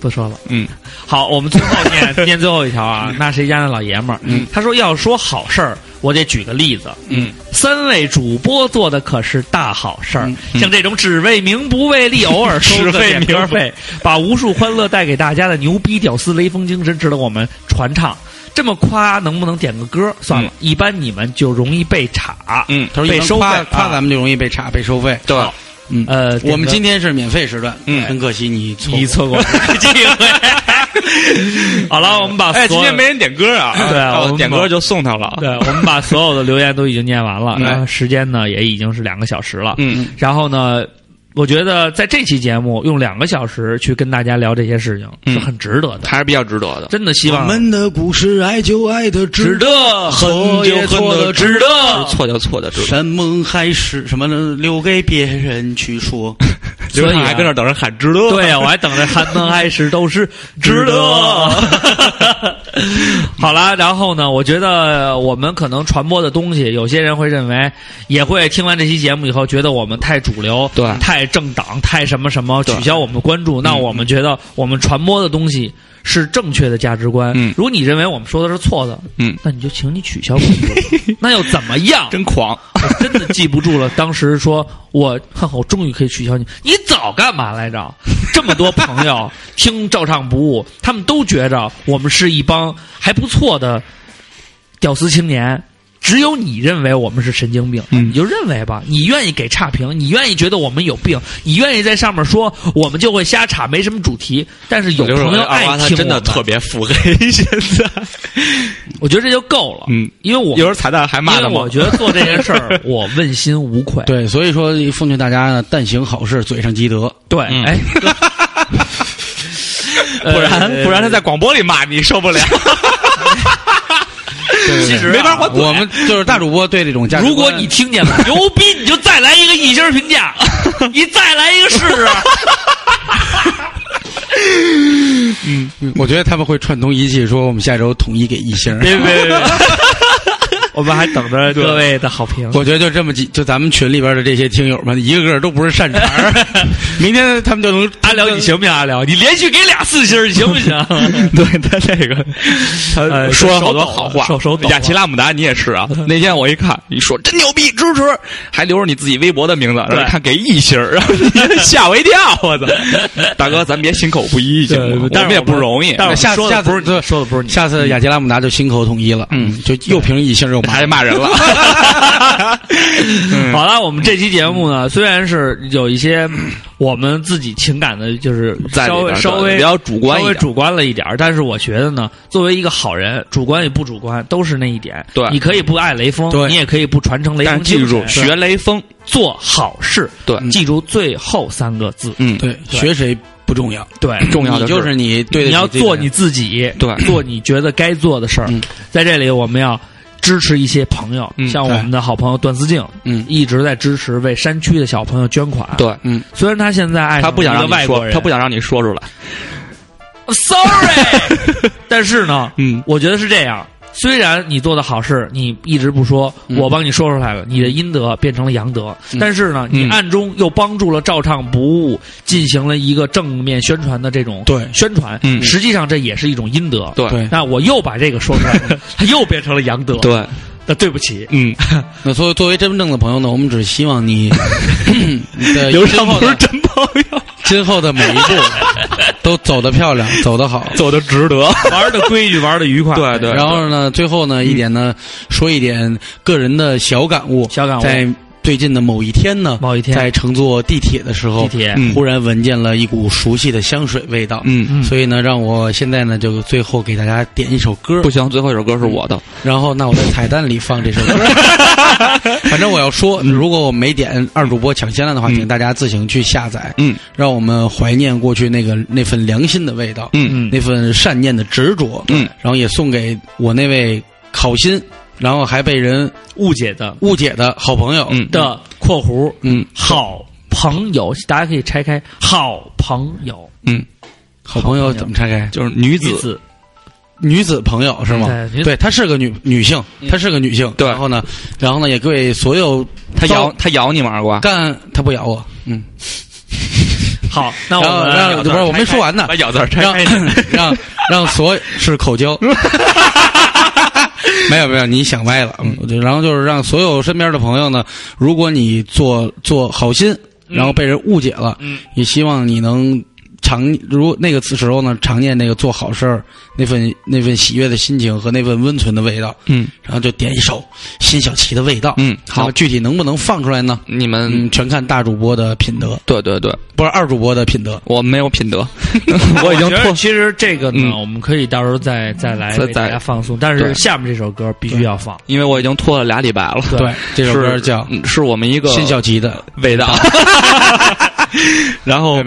A: 不说了。
B: 嗯，
A: 好，我们最后 念念最后一条啊。那谁家的老爷们儿？
B: 嗯，
A: 他说要说好事儿，我得举个例子。
B: 嗯，
A: 三位主播做的可是大好事儿
C: 嗯，
B: 嗯
A: 像这种只为名不为利，偶尔收
B: 只
A: 个
B: 为
A: 点歌费，把无数欢乐带给大家的牛逼屌丝雷锋精神值得我们传唱。这么夸，能不能点个歌？算了，一般你们就容易被查。
B: 嗯，
C: 他说一
A: 被
C: 般
A: 收费
C: 夸
A: 啊
C: 夸咱们就容易被查被收费。
B: 对，
A: 好
C: 嗯，
A: 呃，点
C: 我们
A: 歌
C: 今天是免费时段，
B: 嗯
C: 很可惜你错过
A: 你错过了这个 机 会。好了，我们把
B: 哎，今
A: 所有
B: 天没人点歌啊，
A: 啊对啊
B: 到
A: 我们
B: 点歌就送他 了，
A: 对，我们把所有的留言都已经念完了，
B: 嗯
A: 然后时间呢也已经是两个小时了。
B: 嗯，
A: 然后呢，我觉得在这期节目用两个小时去跟大家聊这些事情
B: 嗯
A: 是很值得的，
B: 还是比较值得的。
A: 真的希
C: 我
A: 望
C: 们的故事，爱就爱的
A: 值
C: 值得，
A: 得，很就
C: 错也
A: 很
C: 错得
A: 值得。
B: 错就错就值得。
C: 什么还是什么呢？留给别人去说。
A: 所以啊
B: 还跟这儿等人喊值得，
A: 对呀，啊我还等着寒门爱时都 是值得。 好啦，然后呢，我觉得我们可能传播的东西，有些人会认为，也会听完这期节目以后，觉得我们太主流，
B: 对
A: 太政党，太什么什么，
B: 对嗯
A: 取消我们的关注。那我们觉得我们传播的东西是正确的价值观。
B: 嗯
A: 如果你认为我们说的是错的，
B: 嗯，
A: 那你就请你取消关注。 那又怎么样？
B: 真狂，
A: 我真的记不住了。当时说我，哼，我终于可以取消你， 你早干嘛来着？这么多朋友听照唱不误，他们都觉着我们是一帮还不错的屌丝青年。只有你认为我们是神经病，
B: 嗯
A: 你就认为吧。你愿意给差评，你愿意觉得我们有病，你愿意在上面说我们就会瞎插，没什么主题。但是有
B: 我就是
A: 朋友
B: 二
A: 爱
B: 哎娃他
A: 听
B: 真的
A: 我们
B: 特，别腹黑， 现在，
A: 我觉得这就够了。
B: 嗯，
A: 因为我
B: 有时候彩蛋还骂
A: 因
B: 他
A: 为我
B: 我，
A: 觉得做这件事儿，我问心无愧。
C: 对，所以说奉劝大家呢，但行好事，嘴上积德。
A: 对，
B: 嗯
A: 哎，
B: 不然
A: 呃
B: 不然他在广播里骂你 受不了，
A: 其实啊
B: 没法还嘴。
C: 我们就是大主播对这种价值观，
A: 如果你听见 了，牛逼，你就再来一个一星评价，你再来一个试试。
C: 嗯我觉得他们会串通一气，说我们下周统一给一星儿。
A: 别别 别，我们还等着各位的好评。
C: 我觉得就这么几，就咱们群里边的这些听友们，一个个都不是善 茬儿。明天他们就能
A: 阿辽，你行不行？阿辽，你连续给俩四星，你行不行？
B: 对他这个，
A: 呃
B: 他说
A: 手
B: 了好多
A: 抖
B: 好话。
A: 手手抖
B: 雅琪拉姆达，你也 是啊。那天我一看，你说真牛逼，支持，还留着你自己微博的名字，然后
A: 对
B: 一看给一星儿，然后你就吓我一跳，我操！ 大哥，咱别心口不一，行
A: 对
B: 吗？
A: 但
B: 我
A: 是
B: 们也
A: 我们
B: 不容易，
A: 但是
C: 下
A: 说
C: 次
A: 的
C: 下次
A: 不是你
C: 对
A: 说的不是你
C: 下次雅杰拉姆达就心口统一了，
B: 嗯，
C: 就又凭一星又
B: 还
C: 骂。
B: 骂人 了。嗯
A: 好了，我们这期节目呢，虽然是有一些我们自己情感的，就是
B: 在里
A: 稍
B: 边
A: 微
B: 儿
A: 稍
B: 对
A: 微
B: 比较主观
A: 稍
B: 一
A: 微
B: 点，
A: 主观了一点儿，但是我觉得呢，作为一个好人，主观与不主观都是那一点。
B: 对
A: 你可以不爱雷锋，
C: 对
A: 你也可以不传承雷
B: 但
A: 锋
B: 是记
A: 精
B: 住
A: 神，
B: 学雷锋，
A: 做好事，
B: 对
A: 记住最后三个字，
B: 嗯，
C: 对，
A: 对
C: 学谁不重要，
A: 对。
B: 重要
C: 你
B: 的
C: 就是你对得
A: 你
C: 起
A: 要
C: 自己
A: 做
C: 的
A: 你自己，
B: 对
A: 做你觉得该做的事儿
C: 嗯。
A: 在这里，我们要支持一些朋友，
B: 嗯
A: 像我们的好朋友段思静，
C: 嗯
A: 一直在支持为山区的小朋友捐款。，
B: 对。嗯
A: 虽然他现在爱
B: 他
A: 上
B: 不想
A: 了一
B: 让
A: 个
B: 你
A: 外国
B: 说，
A: 人，
B: 他不想让你说出来。
A: sorry，但是呢，
B: 嗯，
A: 我觉得是这样。虽然你做的好事，你一直不说，
C: 嗯
A: 我帮你说出来了，你的阴德变成了阳德，
C: 嗯
A: 但是呢，你
B: 嗯
A: 暗中又帮助了照唱不误，进行了一个正面宣传的这种
C: 对
A: 宣传，
B: 嗯
A: 实际上这也是一种阴德。
B: 对
C: 对。
A: 那我又把这个说出来了，它又变成了阳德。，
B: 对，
A: 那对不起，
B: 嗯，
C: 那作为作为真正的朋友呢，我们只希望 你你
A: 呃
C: 的
B: 刘
C: 今
B: 畅
C: 后
B: 不是
C: 的
B: 真朋友，
C: 今后的每一步 都走得漂亮，走得好。
B: 走的值得。
A: 玩的规矩，玩的愉快。
B: 对对，
C: 然后呢，最后呢一点呢，说一点个人的小感悟。
A: 小感悟
C: 在最近的啊某一天呢，
A: 某一天
C: 在乘坐地铁的时
A: 地
C: 候，
A: 铁，
B: 嗯
C: 忽然闻见了一股熟悉的香水味道。
B: 嗯，
A: 嗯
C: 所以呢，让我现在呢就最后给大家点一首歌
B: 不，行，最后一首歌是我的，
C: 然后那我在彩蛋里放这首 歌。反正我要说，如果我没点二主播抢先了的话，
B: 嗯
C: 请大家自行去下载，
B: 嗯
C: 让我们怀念过去那个那份良心的味道，
B: 嗯
A: 嗯
C: 那份善念的执着。
B: 嗯
C: 然后也送给我那位考心然后还被人
A: 误解的
C: 误解的好朋友。
B: 嗯
A: 的（括弧
C: 嗯，
A: 好朋友），大家可以拆开“好朋友
B: 嗯，
C: 好朋友怎么拆开”？
B: 就是女”
A: 女
B: 子，
A: 子
C: 女子朋友是吗？
A: 对女子
C: 对，她是个女女性，
B: 嗯
C: 她是个女性。
B: 对
C: 然后呢，然后呢，也对所有
B: 她
C: 遭
B: 咬她咬你吗？二瓜，
C: 干，她不咬我。嗯，
A: 好，那我
C: 然后
A: 们
C: 让不是我没说完呢
B: 把，咬字儿拆
C: 让
B: 开。
C: 让让所有是口 交。没有没有，你想歪了。嗯，我就然后就是让所有身边的朋友呢，如果你做做好心，然后被人误解了，
B: 嗯，
C: 也希望你能常如那个时候呢，常念那个做好事儿那份那份喜悦的心情和那份温存的味道，
B: 嗯
C: 然后就点一首辛晓琪的味道。
B: 嗯，
C: 然
B: 好
C: 后，具体能不能放出来呢？
B: 你们
C: 嗯，全看大主播的品德，
B: 对对对，
C: 不是二主播的品德。
B: 我没有品德，我已经
A: 觉得
B: 脱
A: 其实这个呢，
B: 嗯
A: 我们可以到时候再再来
B: 再
A: 为大
B: 再
A: 家放松，但是
B: 对
A: 下面这首歌必须要放。
B: 因为我已经拖了俩礼拜了。
A: 对，
C: 这首歌
B: 是
C: 叫
B: 嗯是我们一个
C: 辛晓琪的
B: 味 道。啊然后，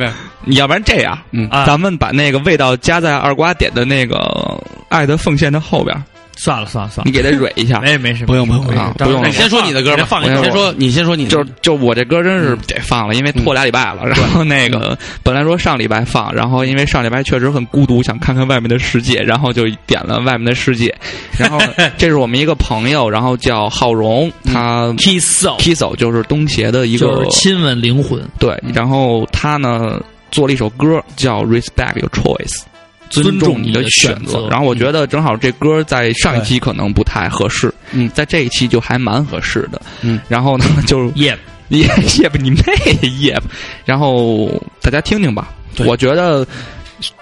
B: 要不然这样，
C: 嗯
A: 啊
B: 咱们把那个味道加在二瓜点的那个《爱的奉献》的后边儿，
A: 算了算了算
B: 你
A: 了，
B: 给它蕊一下。
A: 没没事，
C: 不用
A: 没事
C: 不
A: 没
B: 用
A: 事
B: 啊不用
A: 到时候
B: 你
A: 再
C: 先说你的歌吧
A: 再啊放一
B: 我
A: 首
B: 先
C: 先说，你先说你的，
B: 就就我这歌真是得放了，因为拖俩礼拜了。然后那个本来说上礼拜放，然后因为上礼拜确实很孤独，想看看外面的世界，然后就点了《外面的世界》。然后这是我们一个朋友，然后叫浩荣，他
A: Kiss So，
B: Kiso 就是东协的一个
A: 就是亲吻灵魂，
B: 对，然后他呢做了一首歌叫《Respect Your Choice》。尊
A: 尊重
B: 重你
A: 你
B: 的
A: 的
B: 选
A: 选
B: 择
A: 择，
B: 然后我觉得正好这歌在上一期可能不太合适，
C: 嗯
B: 在这一期就还蛮合适的，
C: 嗯，
B: 然后呢就
A: 耶，
B: 也 也不你妹也不，然后大家听听吧，
C: 对
B: 我觉得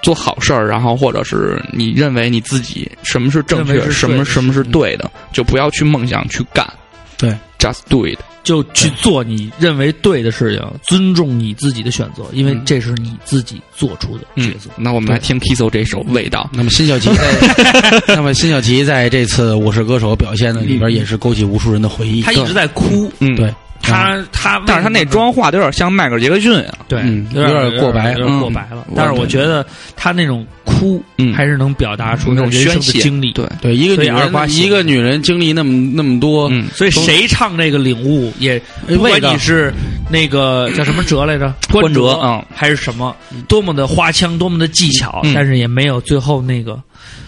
B: 做好事儿，然后或者是你认为你自己什么是正
A: 认
B: 确
A: 为，是
B: 什么
A: 对的
B: 什么是对的，就不要去梦想去干，
C: 嗯对
B: ，just do it，
A: 就去做你认为对的事情，尊重你自己的选择，因为
B: 嗯
A: 这是你自己做出的
B: 嗯
A: 抉择，。
B: 那我们来听 Kiso 这首《味道》，
C: 那么辛晓琪在，那么辛晓琪在这次《我是歌手》表现的里边，也是勾起无数人的回忆。
A: 他一直在哭，
B: 嗯，
C: 对，嗯，
A: 他他，
B: 但是他那妆化的有点像迈克尔·杰克逊啊，
A: 对
C: 嗯
A: 有
C: 有点过白
A: 有点过
B: 嗯
A: 白了
B: 我。
A: 但是我觉得他那种哭
B: 嗯
A: 还是能表达出那
B: 那
A: 种
B: 种
A: 人生
B: 宣
A: 的
B: 泄
A: 经历，
B: 对，
C: 对一个
A: 所以
C: 女
A: 二瓜
C: 人，
A: 喜欢
C: 一个女人经历那么那么多
B: 嗯，
A: 所以谁唱这个领悟也，
C: 哎
A: 不
C: 味
A: 管
C: 道
A: 你，是那个叫什么哲 来着，
B: 关
A: 哲
B: 喆嗯
A: 还是什么，多么的花腔，多么的技巧，
B: 嗯
A: 但是也没有最后那个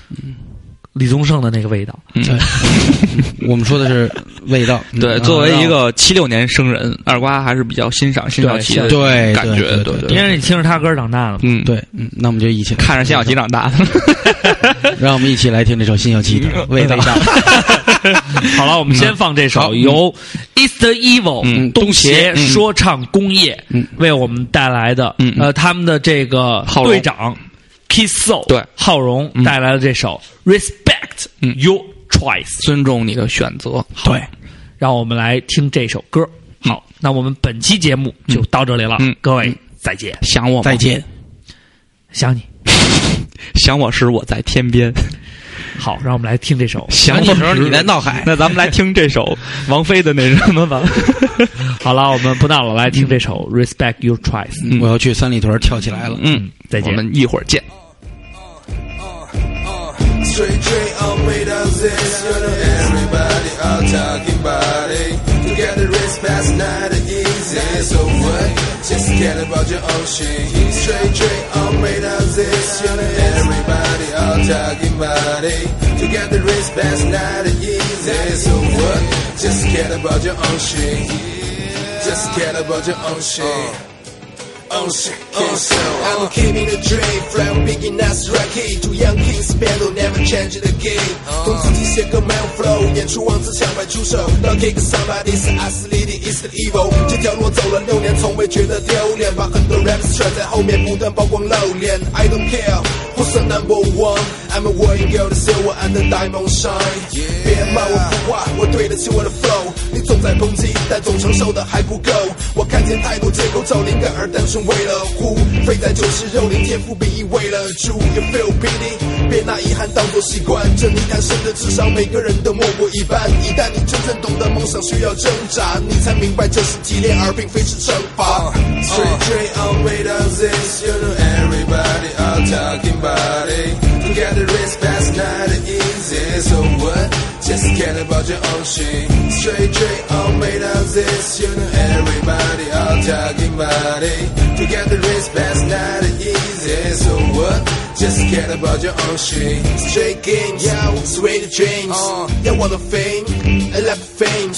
A: 嗯李宗盛的那个味道。
B: 嗯
C: 对我们说的是味道。嗯
B: 对，作为一，个七六年生人，二瓜还是比较欣赏辛晓琪的
C: 对对
B: 感觉，
C: 对
B: 对
C: 对
A: 因为你听着他歌长大的嘛，
B: 嗯，
C: 然后，对，嗯，那我们就一起 来
B: 看着辛晓琪，长大的，
C: 让我们一起来听这首辛晓琪的《味道》。
B: 嗯
A: 好了，我们先放这首
C: 好
A: 由 East Evil、
B: 嗯
A: 东协
B: 东协嗯
A: 说唱工业、
C: 嗯
A: 为我们带来的，
B: 嗯嗯
A: 呃，他们的这个
B: 浩荣
A: 队长 Kiss So
B: 对
A: 浩荣
B: 嗯
A: 带来的这首、Respect
B: 嗯
A: Your Choice，
B: 尊重你的选择。
C: 对，
A: 让我们来听这首歌。好，那我们本期节目就到这里了，
B: 嗯
A: 各位再见，
B: 想我吗
C: 再，见。
A: 想你。
B: 想我时我在天边，
A: 好，让我们来听这 首。
B: 想
C: 你
B: 我
C: 时候你在闹海，
B: 那咱们来听这 首王菲的那什么 吧。
A: 好了，我们不闹了，来听这首 Respect Your Choice。
B: 嗯
C: 我要去三里屯跳起来了。
B: 嗯，
A: 再见
B: 我们一会儿见。
E: Straight J always does this. You know everybody all talking about it. You got the risk past not easy. So what? Just get about your own shit. Straight J always does this. You know everybody all talking about it. You got the risk past not easy. So what? Just get about your own shit. Just get about your own shit. own Oh, shit, uh. own shit. I'm keeping the dream from being as rocky to young kids battle, never change the game. 从自己写个 man flow，演出王子想摆出手。到 kick somebody is us leading is the evil。这条路走了六年，从未觉得丢脸，把很多 raps 甩在后面，不断曝光露脸。I don't care，不是 number one。I'm a wearing your silver and the diamond shine。别骂我浮夸，我对得起我的 flow。你总在抨击，但总承受的还不够。我看见太多借口找灵感，而单纯为了哭。飞在九十肉林，天赋比翼为了猪。You feel pity，别拿遗憾当作习惯。这泥潭深的至少每个人都没过一半。一旦你真正懂得梦想需要挣扎，你才明白这是提炼而并非是惩罚。Uh，
F: Straight straight on without this, you know everybody all talking about it. To get the rest fast, not easy. So what? Just get
E: scared about your own shit. Straight J all made of this, you know everybody all talking about it. To get the respect's not easy, so what? Just scared about your own shit. Straight games, yeah, sway the change. Uh, 要我的 fame and love fame。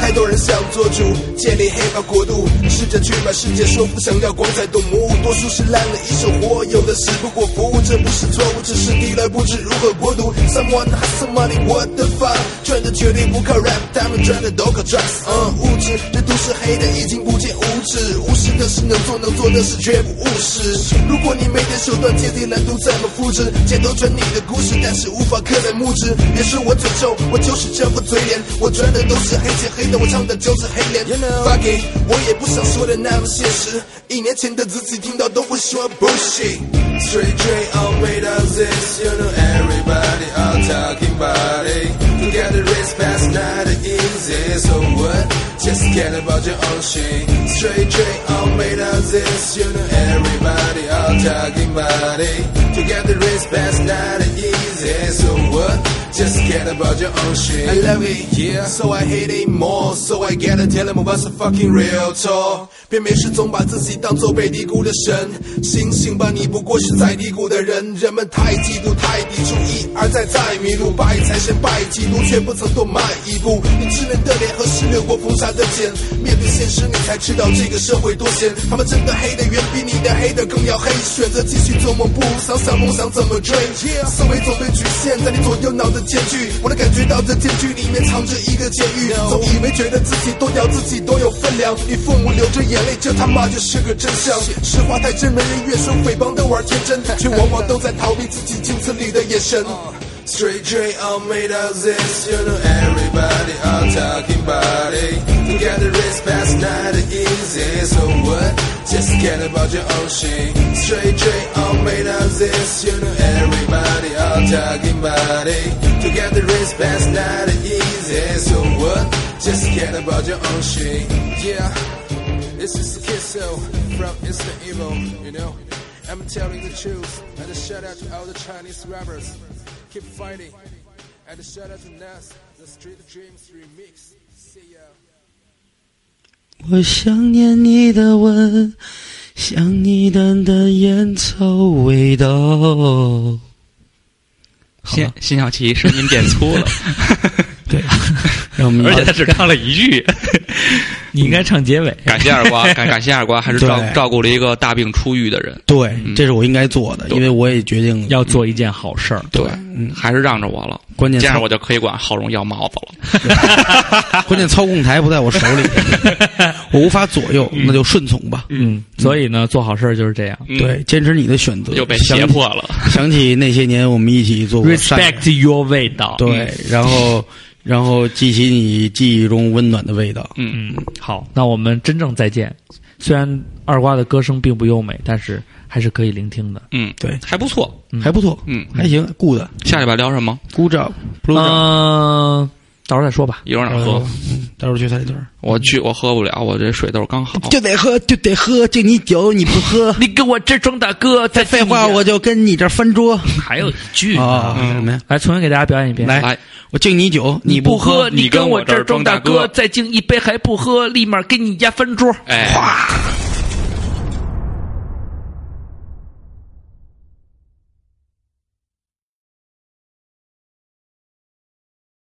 E: 太多人想做主，建立黑白国度，试着去把世界说服，想要光彩夺目。多数是烂了一手活，有的食不果腹，这不是错误，只是历来不知如何剥夺。Someone has some money，what the fuck？赚的绝对不靠 rap，他们赚的都靠 drugs。嗯，物质这都是黑的，已经不见五指。无视的是能做，能做的事绝不务实。如果你没点手段，阶梯难度怎么复制？解都传你的故事，但是无法刻在木质。别说我嘴臭，我就是这副嘴脸。我赚的都是黑钱，黑的我唱的就是黑脸。发给我也不想说的那么现实，一年前的自己听到都会说 bullshit。Straight train all made of this, you know everybody all talking about it. To get the race past not easy, so what? Just get about your own shit. Straight train all made of this, you know everybody all talking about it. To get the race past not easy, so what? Just get about your own shit. I love it, yeah, so I hate it more. So I gotta tell him what's a fucking real talk. 别没事总把自己当做被低估的神，醒醒吧，你不过是在低谷的人。人们太嫉妒，太抵触，一而再再迷路，拜财神拜基督，却不曾多迈一步。你稚嫩的脸和石榴过风沙的肩，面对现实，你才知道这个社会多险。他们真的黑的远比你的黑的更要黑，选择继续做梦，不想想梦想怎么追。思维总被局限在你左右脑的间距，我能感觉到这间距里面藏着一个监狱。总以为觉得自己多屌，自己多有分量，你父母流着眼泪，这他妈就是个真相。实话太真，没人越说诽谤的玩天真，却往往都在逃避自己镜子里的眼神。Straight J all made of this, you know everybody all talking about it. To get the respect's not easy, so what? Just get about your own shit. Straight J all made of this, you know everybody all talking about it. To get the respect's not easy, so what? Just get about your own shit. Yeah, it's just a kiss so from it's the evil, you know. I'm telling the truth, and a shout out to all the Chinese rappers. Keep fighting, and a shout out to Nas, the Street Dreams remix. See ya.
C: 我想念你的吻，想你淡淡烟抽味道。好
B: 辛
C: 吧，
B: 辛晓琪声音变粗了，
C: 让我们
B: 而且他只唱了一句。
A: 嗯 你应该唱结尾。
B: 感谢二 瓜，感感谢二瓜，还是照
C: 对
B: 照顾了一个大病初愈的人。
C: 对
B: 嗯，
C: 这是我应该做的，
B: 对
C: 因为我也决定
A: 要做一件好事儿，
B: 对，嗯还是让着我了，
C: 关键
B: 这样
C: 操
B: 我就可以管浩荣要帽子了。
C: 关键操控台不在我手里，我无法左右，那就顺从吧。
A: 嗯，所以呢，做好事儿就是这样。
B: 嗯
C: 对，，坚持你的选择。
B: 又被胁迫了。
C: 想。想起那些年我们一起做过善良
A: Respect your 味道。
C: 嗯对，然后然后记起你记忆中温暖的味道。
B: 嗯，
A: 嗯，好，那我们真正再见。虽然二瓜的歌声并不优美，但是还是可以聆听的。
B: 嗯，
C: 对，
B: 还不错。
A: 嗯
C: 还不错，
B: 嗯，
C: 还行，good，
B: 下礼拜聊什么？
C: 鼓掌，
A: 嗯、
C: 鼓掌。
A: 到时候再说吧。，
B: 一会儿哪儿喝？
C: 呃待会儿去菜墩儿，
B: 我去，我喝不了，我这水都是刚好。
C: 就得喝，就得喝，就你酒你不喝
A: 你跟我这装大哥在
C: 废话我就跟你这翻桌
A: 还有一句呢
C: 啊！
B: 嗯
C: 什么呀？
A: 来，重新给大家表演一遍。
C: 来
B: 来，
C: 我敬你酒，你
A: 不
C: 喝，
A: 你
B: 你跟
A: 跟
B: 我这
A: 这
B: 儿
A: 儿
B: 装
A: 装
B: 大
A: 大
B: 哥
A: 再敬一杯还不喝，立马给你压翻桌。
B: 哎，